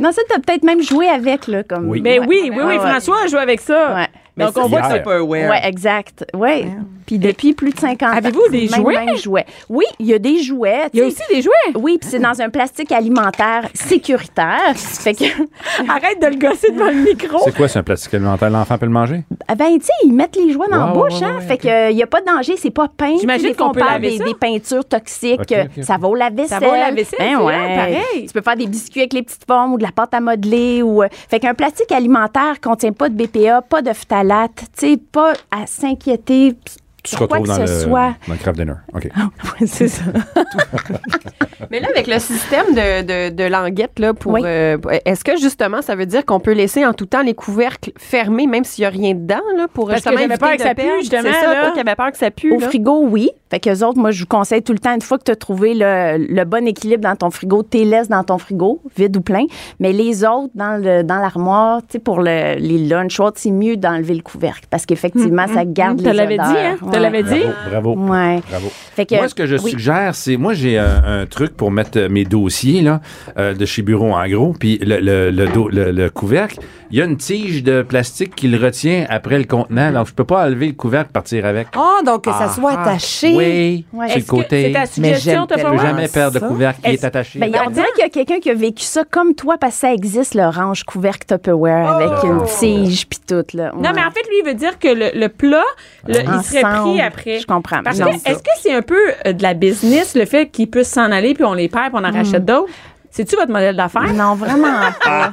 Non, ça, t'as peut-être même joué avec, là, comme. Oui. Mais Ben oui, oui, oui, Ouais, ouais. François, joue avec ça. Ouais. Mais Donc, ça, on voit c'est un que- peu aware. Ouais, exact. Ouais. Puis depuis plus de 50 ans. Avez-vous des Même- jouets? même jouets? Oui, il y a des jouets. Il y a tu sais. aussi des jouets. Oui, puis c'est dans un plastique alimentaire sécuritaire. Fait que, Arrête de le gosser devant le micro. C'est quoi, c'est un plastique alimentaire? L'enfant peut le manger? Ah ben, tu sais, ils mettent les jouets dans la Ouais, ouais, bouche, ouais, hein. ouais, fait qu'il n'y a pas de danger, c'est pas peint. J'imagine Des fois, qu'on on peut parle laver des, ça. des peintures toxiques. euh, Ok, ok. Ça va au lave-vaisselle. Ça va au lave-vaisselle, Hein, c'est ouais. vrai, pareil. Tu peux faire des biscuits avec les petites formes ou de la pâte à modeler. Ou... euh, Fait qu'un plastique alimentaire contient pas de BPA, pas de phtalate, tu sais, pas à s'inquiéter Tu te sur quoi retrouves que dans le, ce soit. Ah, dans le craft dinner. OK. Ouais, c'est ça. Mais là, avec le système de, de, de languette, là, pour, Oui. euh, est-ce que justement, ça veut dire qu'on peut laisser en tout temps les couvercles fermés, même s'il n'y a rien dedans, là, pour Parce que justement j'avais peur éviter que de ça pue, perdre? justement, C'est ça, là. toi qui avais peur que ça pue, Au là. frigo, oui. Fait qu'eux autres, moi, je vous conseille tout le temps, une fois que tu as trouvé le, le bon équilibre dans ton frigo, t'es laisse dans ton frigo, vide ou plein. Mais les autres, dans le dans l'armoire, tu sais, pour le, les lunch autres, c'est mieux d'enlever le couvercle parce qu'effectivement, Mm, ça garde Tu les l'avais dit, hein? odeurs. Tu Ouais. l'avais dit? Bravo, bravo. Ouais. Bravo. Fait que, moi, ce que je oui. suggère, c'est. Moi, j'ai un, un truc pour mettre euh, mes dossiers là, euh, de chez Bureau en gros, puis le, le, le, do- le- le couvercle. Il y a une tige de plastique qui le retient après le contenant, donc je peux pas enlever le couvercle et partir avec. Ah, donc que ça soit attaché. Oui, Ouais. sur le Est-ce Est-ce que C'est côté. ta Mais suggestion, j'aime t'as pas tellement Je peux peur? jamais perdre Ça? le couvercle qui est Est-ce- attaché. Ben, on dirait qu'il y a quelqu'un qui a vécu ça comme toi parce que ça existe, le range couvert Tupperware avec une tige puis tout. Là. Oh! Non, mais en fait, lui, il veut dire que le, le plat, le- il serait pris après. Je comprends. Parce Non. que, est-ce que c'est un peu euh, de la business, le fait qu'ils puissent s'en aller puis on les perd puis on en rachète d'autres? C'est-tu votre modèle d'affaires? Mmh. non, vraiment pas.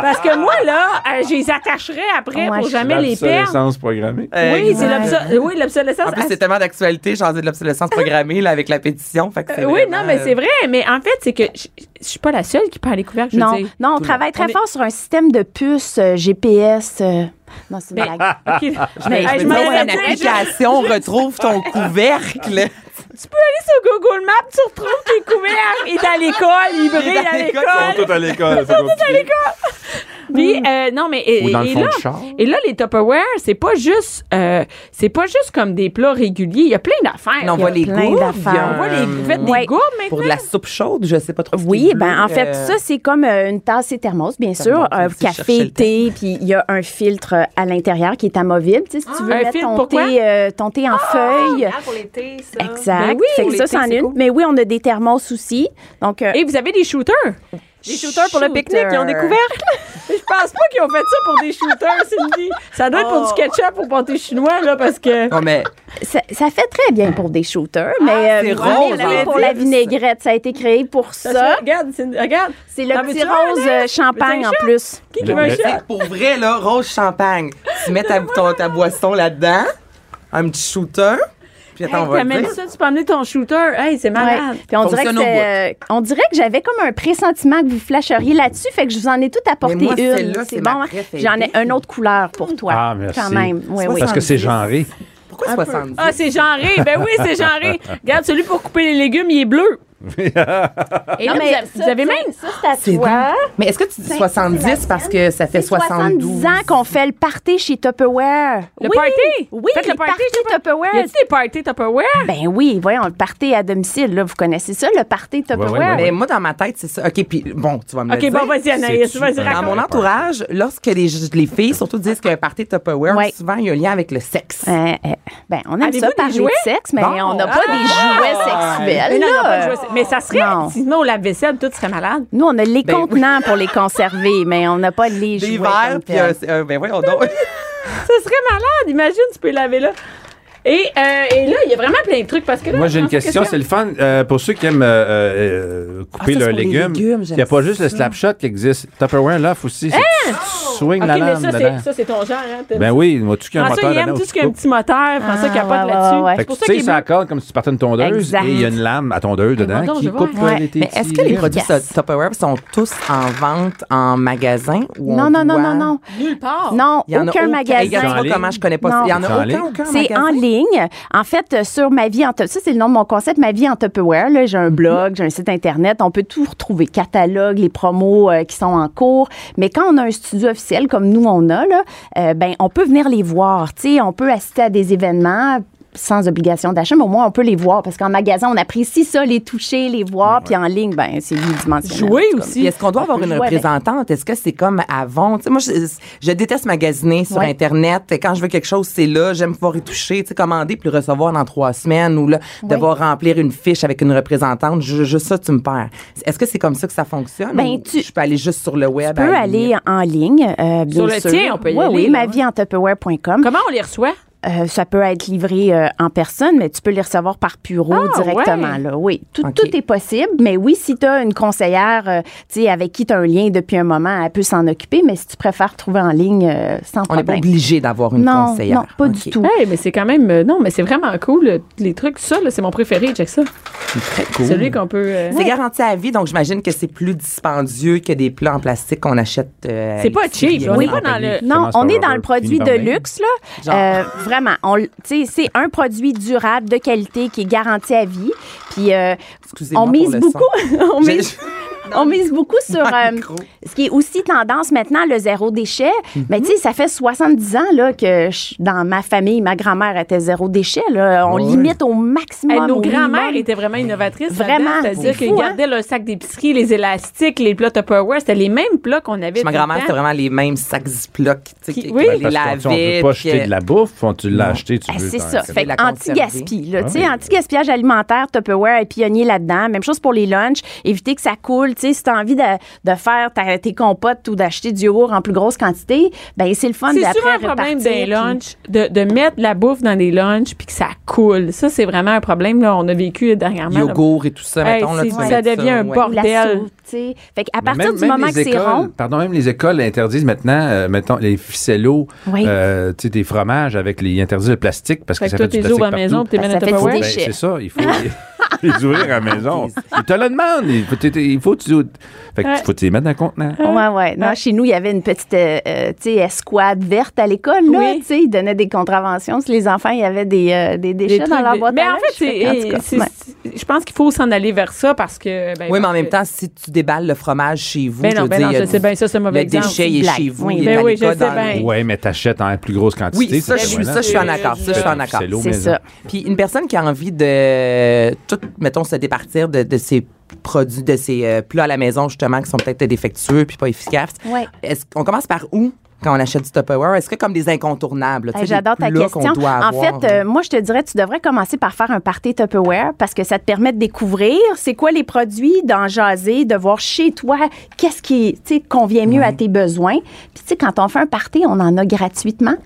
Parce que moi, là, euh, je les attacherais après Ouais, pour je- jamais les perdre. L'obsolescence programmée. Oui, c'est Ouais. l'obso- oui, l'obsolescence. Euh, En plus, c'est tellement d'actualité, j'en ai de l'obsolescence programmée là, avec la pétition. Fait que c'est Euh, oui, vraiment, non, mais euh, c'est vrai. Mais en fait, c'est que je je suis pas la seule qui parle les couvercles, je veux Non, dire. non, on travaille très fort sur un système de puces euh, GPS. euh, Non, c'est une Mais- ah, blague. OK. Je Mais- hey, Je je veux m'en dire, c'est une sortais, je- application, retrouve ton couvercle. Tu peux aller sur Google Maps, tu retrouves tes couvercles. Il est à l'école, il brille à l'école. Tout à l'école. Puis, euh, non, mais et, Ou dans le et fond là, du char. et là, les Tupperware, c'est pas juste, euh, c'est pas juste comme des plats réguliers. Il y a plein d'affaires. Non, on Il y a voit les plein gourdes, d'affaires. il y a, On voit les, vous faites Ouais. des gourdes Pour maintenant. de la soupe chaude, je sais pas trop. ce qui Oui, est ben bleu, en fait, euh, ça c'est comme euh, une tasse et thermos, bien sûr, Thermos, euh, si je cherchais café, le thé, puis il y a un filtre euh, à l'intérieur qui est amovible, tu sais, si tu veux Ah, un mettre filtre, Ah, ton pourquoi? thé, euh, ton thé en feuille. pour l'été, ça. Exact. Ben oui, Fait que les ça, thés, c'en c'est est une. cool. Mais oui, on a des thermos aussi. Donc, euh, Et vous avez des shooters. Des shooters pour le pique-nique, ils ont découvert. Je pense pas qu'ils ont fait ça pour des shooters, Cindy. Ça doit être pour du ketchup ou pour des chinois, là, parce que. Non, mais Ça, ça fait très bien pour des shooters, Ah, mais c'est euh, rose, mais en oui, pour plus. la vinaigrette, ça a petit créé pour Ça, ça, ça. regarde, Cindy, regarde. C'est le T'en petit veux-tu un, rose là? euh, champagne Veux-tu un en shot? plus. Qui qui veut un Le- shot? pour vrai, là, rose champagne. Tu mets ta, ton- ta boisson là-dedans, un petit shooter, puis attends, Hey, on va le T'amènes dire. ça, tu peux amener ton shooter. Hey, c'est malade. Ouais. Puis on dirait, que Fonctionne au c'est- euh, on dirait que j'avais comme un pressentiment que vous flasheriez là-dessus, fait que je vous en ai tout apporté Mais moi, une. celle-là, c'est ma hein? préférée. J'en ai une autre couleur pour toi. Ah, merci. Quand même. Oui, oui. Parce que c'est genré. Pourquoi 70? Ah, c'est genré. Ben oui, c'est genré. Regarde, celui pour couper les légumes, il est bleu. Et là, Non, mais vous avez- vous ça, avez tu sais, même. Ça, c'est à C'est toi. dingue. Mais est-ce que tu dis 70 parce que ça fait C'est 72? 70 ans qu'on fait le party chez Tupperware. Le oui, party? Oui, Faites le le party party chez Tupperware. Y a-t-il des parties Tupperware? Ben oui, voyons, le party à domicile, là, vous connaissez ça, le party Tupperware. ouais, ouais. Mais Ben, moi, dans ma tête, c'est ça. OK, puis bon, tu vas me OK, le dire. bon, vas-y, Anaïs. C'est-tu Vas-y, vraiment- Dans raconte. mon Euh, entourage, lorsque les, les filles surtout disent qu'un party Tupperware, Ouais. souvent, il y a un lien avec le sexe. Euh, euh, ben, on aime Avez-vous ça des parler jouets? de sexe, mais Bon. on n'a pas Ah! des jouets Mais sexuels. non, non, là. pas de jouer- Mais ça serait. Non. Sinon, au lave-vaisselle, tout serait malade. Nous, on a les Ben oui. contenants pour les conserver, mais on n'a pas les Des jouets. verres, comme puis tels. un- un- ben voyons donc. Ça serait malade. Imagine, tu peux laver là. Et, euh, et là, il y a vraiment plein de trucs parce que là, Moi, j'ai une question, c'est le fun. Euh, pour ceux qui aiment euh, euh, euh, couper Ah, ça, c'est leurs pour les légumes, légumes, il n'y a j'aime pas juste le slap shot qui existe. Tupperware, l'offre aussi, c'est que tu swing OK, la mais lame ça, dedans. c'est- ça, c'est ton genre. Hein, t'as- Ben oui, moi, tout ce qui a un François, moteur il aime dedans, tout où ce tu qui a un coupes. petit moteur. François Ah, capote ouais, ouais, là-dessus. ouais. Fait C'est que pour tu ça sais, qu'il ça est accorde comme si tu partais une tondeuse Exact. et il y a une lame à tondeuse dedans donc, qui je vois. coupe euh, Ouais. les- tes Mais est-ce petits que les légumes. produits Yes. so- Tupperware sont tous en vente en magasin? Ou Non, on non, non, doit- non, non. nulle part. Non, Il y en a aucun Hey, regarde, tu magasin. vois comment je connais pas Non. ça. Il y en C'est a en aucun, ligne? aucun C'est en magasin. ligne. En fait, euh, sur ma vie en Tupperware, ça c'est le nom de mon concept, ma vie en Tupperware. Là, j'ai un blog, j'ai un site internet, on peut tout retrouver, catalogue, les promos euh, qui sont en cours. Mais quand on a un studio officiel comme nous on a là, euh, ben on peut venir les voir. Tu sais, on peut assister à des événements sans obligation d'achat, mais au moins on peut les voir parce qu'en magasin on apprécie ça, les toucher, les voir, puis en ligne, ben c'est unidimensionnel. Jouer en tout cas. Puis aussi. est-ce qu'on doit avoir peut une jouer avec. représentante? Est-ce que c'est comme avant? Tu sais, moi, je, je déteste magasiner sur Ouais. Internet. Quand je veux quelque chose, c'est là. J'aime pouvoir y toucher, tu sais, commander puis le recevoir dans trois semaines ou là, devoir remplir une fiche avec une représentante. Ju- Juste ça, tu me perds. Est-ce que c'est comme ça que ça fonctionne? Ben, ou tu- Je peux aller juste sur le web. On peut à la aller limite? en ligne, euh, bien Sur le sûr. tien, on peut y Oui, aller, Oui, là, ma vie en tupperware.com. Comment on les reçoit? Euh, ça peut être livré euh, en personne, mais tu peux les recevoir par bureau Ah, directement. ouais. Là. Oui, tout, Ok. tout est possible. Mais oui, si tu as une conseillère euh, tu sais, avec qui tu as un lien depuis un moment, elle peut s'en occuper. Mais si tu préfères trouver en ligne, euh, sans On n'est pas problème. obligé d'avoir une non, conseillère. non, pas du Ok. tout. Hey, mais c'est quand même. euh, Non, mais c'est vraiment cool. euh, Les trucs, ça, là, c'est mon préféré, check ça. Celui qu'on peut. euh, C'est garanti à vie, donc j'imagine que c'est plus dispendieux que des plats en plastique qu'on achète. euh, à C'est pas l'épicerie. cheap, on Oui. Ah, n'est pas ben, dans le. Non, Commence on par est dans Robert, le produit finit par de Ming. luxe, là. Euh, vraiment, on, l- tu sais, c'est un produit durable, de qualité, qui est garanti à vie. Puis, euh, Excusez-moi on pour mise le beaucoup. on J'ai- mise- on mise beaucoup sur Dans le euh, micro. Mhm. ce qui est aussi tendance maintenant, le zéro déchet. Mais tu sais, ça fait 70 ans là, que je- dans ma famille, ma grand-mère était zéro déchet. Là. On limite au maximum. Hey, nos au minimum. grands-mères étaient vraiment innovatrices. Vraiment. là-dedans. C'est-à-dire C'est qu'ils fou, hein? gardaient leur sac d'épicerie, les élastiques, les plats Tupperware. C'était les mêmes plats qu'on avait. Ma tout le grand-mère, temps. c'était vraiment les mêmes sacs Ziploc, tu sais, Qui- qui- oui. qui les Ben, Parce qu'on- tu sais, on lavait. peut pas puis, jeter de la bouffe, on- tu l'as acheté, tu Ah, veux. c'est t'en- ça. c'est Fait de la Ah anti-gaspi, là, tu sais, anti-gaspillage alimentaire, Tupperware est pionnier là-dedans. Même chose pour les lunchs. Éviter que ça coule. Tu sais, si t'as envie de, de faire ta- tes compotes ou d'acheter du yogourt en plus grosse quantité, ben c'est le fun C'est d'après souvent un problème repartir, des puis- lunchs, de, de mettre de la bouffe dans des lunchs puis que ça coule. Ça, c'est vraiment un problème. Là, on a vécu dernièrement. là. Yogourt et tout ça, Hey, mettons. Là, c'est- tu peux ça mettre devient un ouais. bord- ou la Bordel. soupe, tu sais. Fait qu'à Mais partir même- du même moment les que c'est écoles- rond, Pardon, même les écoles interdisent maintenant, euh, mettons, les ficellos, Oui. euh, tu sais, des fromages avec les ils interdisent le plastique parce Fait que que ça toi, fait du t'es plastique ouvres à la partout. maison, puis t'es Ben, mets ça dans fait Tupperware. du Ben, déchets. c'est ça, il faut les, les ouvrir à la maison. Ils te le demandent. Il faut, t'es- il faut, que tu, fait que tu- faut que tu les mettre dans le contenant. Ouais, ouais. Non, chez nous, il y avait une petite euh, euh, tu sais, escouade verte à l'école. là, Oui. tu sais, Ils donnaient des contraventions. Si les enfants, il y avait des, euh, des Des déchets trucs dans leur de- boîte Ben, Mais à en lunch. fait, c'est- Fait qu'en tout c'est- cas, ouais. c'est- je pense qu'il faut s'en aller vers ça parce que. ben, Oui, mais en parce même que- temps, si tu déballes le fromage chez vous, Ben je non, veux ben dire, non, il y a je sais du- bien, ça, c'est mauvais Le exemple. déchet il est Blague. chez vous. Oui. il Ben est dans oui, je l'école, sais dans- bien. Oui, mais t'achètes en plus grosse quantité. Oui, ça, je suis, voilà. ça, je suis en accord. Ça, je suis en accord. C'est l'eau C'est maison. ça. Puis une personne qui a envie de tout, mettons, se départir de, de ses produits, de ses euh, plats à la maison, justement, qui sont peut-être défectueux puis pas efficaces. Ouais. Est-ce qu'on commence par où? quand on achète du Tupperware? Est-ce que comme des incontournables? là, tu Hey, sais, des J'adore ta plats question. qu'on doit en avoir, hein? fait, là? euh, moi, je te dirais, tu devrais commencer par faire un party Tupperware parce que ça te permet de découvrir c'est quoi les produits, d'en jaser, de voir chez toi qu'est-ce qui tu sais, convient mieux à tes besoins. Puis, tu sais, quand on fait un party, on en a gratuitement.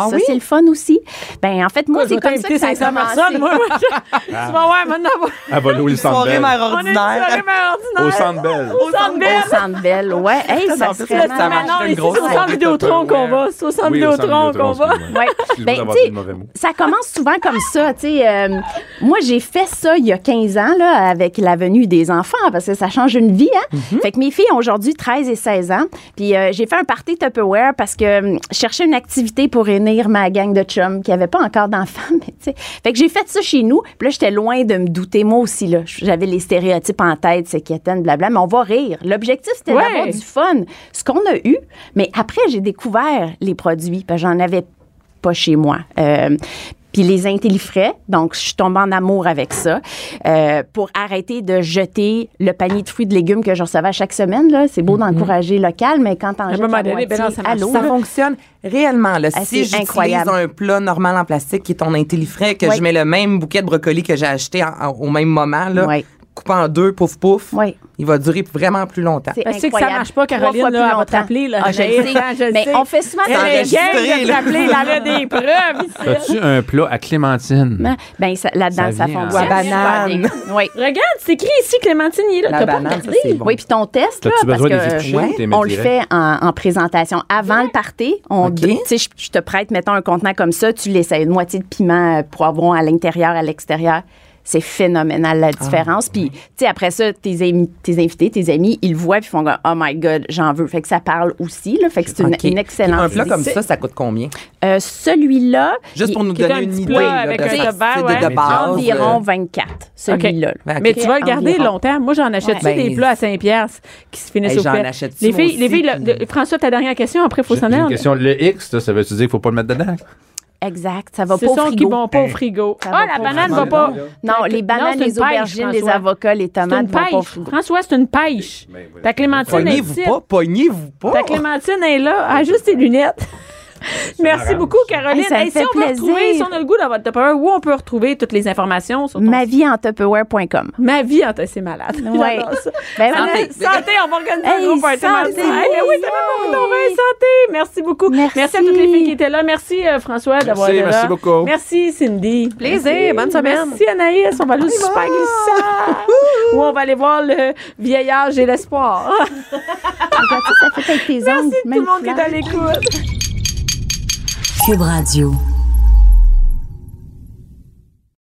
Ah ça, oui? c'est le fun aussi. Ben, en fait, moi, Je c'est vais comme ça que t'inviter ça a 500 commencé. Ah. personnes. moi. Tu vas voir, maintenant. À voler au centre Soirée Bell. mère On est une ordinaire. soirée mère ordinaire. Au centre Bell. Au centre Belle. Au Centre Bell, ouais. Hey, Ça, ça en plus, serait ça marche. Maintenant, une ici, c'est au grosse centre soirée Vidéotron qu'on Tupperware. va. C'est au centre Oui, au centre Vidéotron qu'on Vidéotron, va. excuse-moi. Ouais. Excuse-moi Ben, d'avoir tu sais, dit le mauvais mot. ça commence souvent comme ça. tu sais, euh, moi, j'ai fait ça il y a 15 ans là, avec la venue des enfants parce que ça change une vie. Hein? Fait que mes filles ont aujourd'hui 13 et 16 ans. Puis euh, j'ai fait un party Tupperware parce que hum, je cherchais une activité pour réunir ma gang de chums qui n'avaient pas encore d'enfants. mais tu sais. Fait que j'ai fait ça chez nous. Puis là, j'étais loin de me douter, moi aussi. là. J'avais les stéréotypes en tête, c'est quétaine, blabla. Mais on va rire. L'objectif, c'était Ouais. d'avoir du fun. Ce qu'on a eu. Mais après, j'ai découvert les produits parce que j'en avais pas chez moi. Euh, puis les intellifrais, donc je suis tombée en amour avec ça, euh, pour arrêter de jeter le panier de fruits et de légumes que je recevais à chaque semaine. là. C'est beau d'encourager local, mais quand t'en jettes Mhm. moment la donné, ben non, moitié ça à marche l'eau, Ça là, fonctionne réellement. Là. Ah, Si c'est j'utilise incroyable. un plat normal en plastique qui est ton intellifrais, que Ouais. je mets le même bouquet de brocoli que j'ai acheté en- en- au même moment, là, Ouais. coupé en deux, pouf pouf, Ouais. il va durer vraiment plus longtemps. c'est Ben, c'est que ça incroyable. marche pas, Trois Caroline, fois là, plus elle va longtemps. t'appeler, là. Ah, je le sais. Ah, je le mais sais. on fait souvent Elle Elle est est gang enregistrée, de là. t'appeler, elle a des preuves ici. As-tu un plat à clémentine? Ben, ben, ça- là-dedans, Ça ça, vient en- fonctionne. hein. Ou à super bien. Oui. Regarde, c'est écrit ici, Clémentine, il est là. La T'as pas banane, ça, regardé? c'est bon. Oui, puis ton test, là, T'as-tu parce besoin que de les éplucher euh, ou t'es on le direct? fait en, en présentation. Avant le party, on dit- tu sais, je, je te prête, mettons, un contenant comme ça, tu l'essayes, une moitié de piment, euh, poivron à l'intérieur, à l'extérieur. C'est phénoménal la différence. Ah, Puis, tu sais, après ça, tes, amis, tes invités, tes amis, ils le voient puis font comme, Oh my God, j'en veux. Fait que ça parle aussi. Là, fait que c'est une, OK. une excellente Un plat idée. comme ça, ça coûte combien? Euh, Celui-là, Juste il- pour nous qui est donner un une petit idée plat là, avec de un ça, tabac, c'est ouais. de base. environ euh, 24, celui-là. Ben, Mais tu vas le garder Environ. longtemps. Moi, j'en achète-tu Ouais. des Ben, plats à Saint-Pierre qui se finissent Hey, au j'en fait? achète-tu, Les moi filles, les aussi, filles là, puis- de- François, ta dernière question, après, il faut J'ai s'en j'ai une aller. question. Le X, là, ça veut-tu dire qu'il ne faut pas le mettre dedans? Exact, ça va Ce pas au sont qui frigo. vont pas au frigo. Ça Ah, va la pas au banane frigo. va pas. Non, les Non, bananes, c'est une les pêche, aubergines, les François. avocats, les C'est tomates une vont pas au pêche. frigo. François, c'est une pêche. Ta Clémentine est Pognez-vous petite. pas, pognez-vous pas. Oh! Ta Clémentine est là. Ah, juste tes lunettes. Merci beaucoup, Caroline. Hey, ça me Hey, si fait on veut plaisir. retrouver, si on a le goût d'avoir votre Tupperware, où on peut retrouver toutes les informations sur ton Ma vie en Tupperware.com. Ma vie en c'est malade. Ouais. J'adore ça. Ben, santé. voilà. santé, on va organiser Hey, un gros party. santé, mardi. oui. Hey, ben oui, t'as même pas ton vin, santé. Merci beaucoup. Merci. à toutes les filles qui étaient là. Merci euh, François d'avoir été là. Merci, merci beaucoup. Merci Cindy. Plaisir, Merci. bonne semaine. Merci Anaïs, on va aller au super glissant. Où on va aller voir le vieillage et l'espoir. Regarde ça, ça fait avec tes Merci ongles. tout le même monde qui est couleur. à l'écoute. Cube Radio.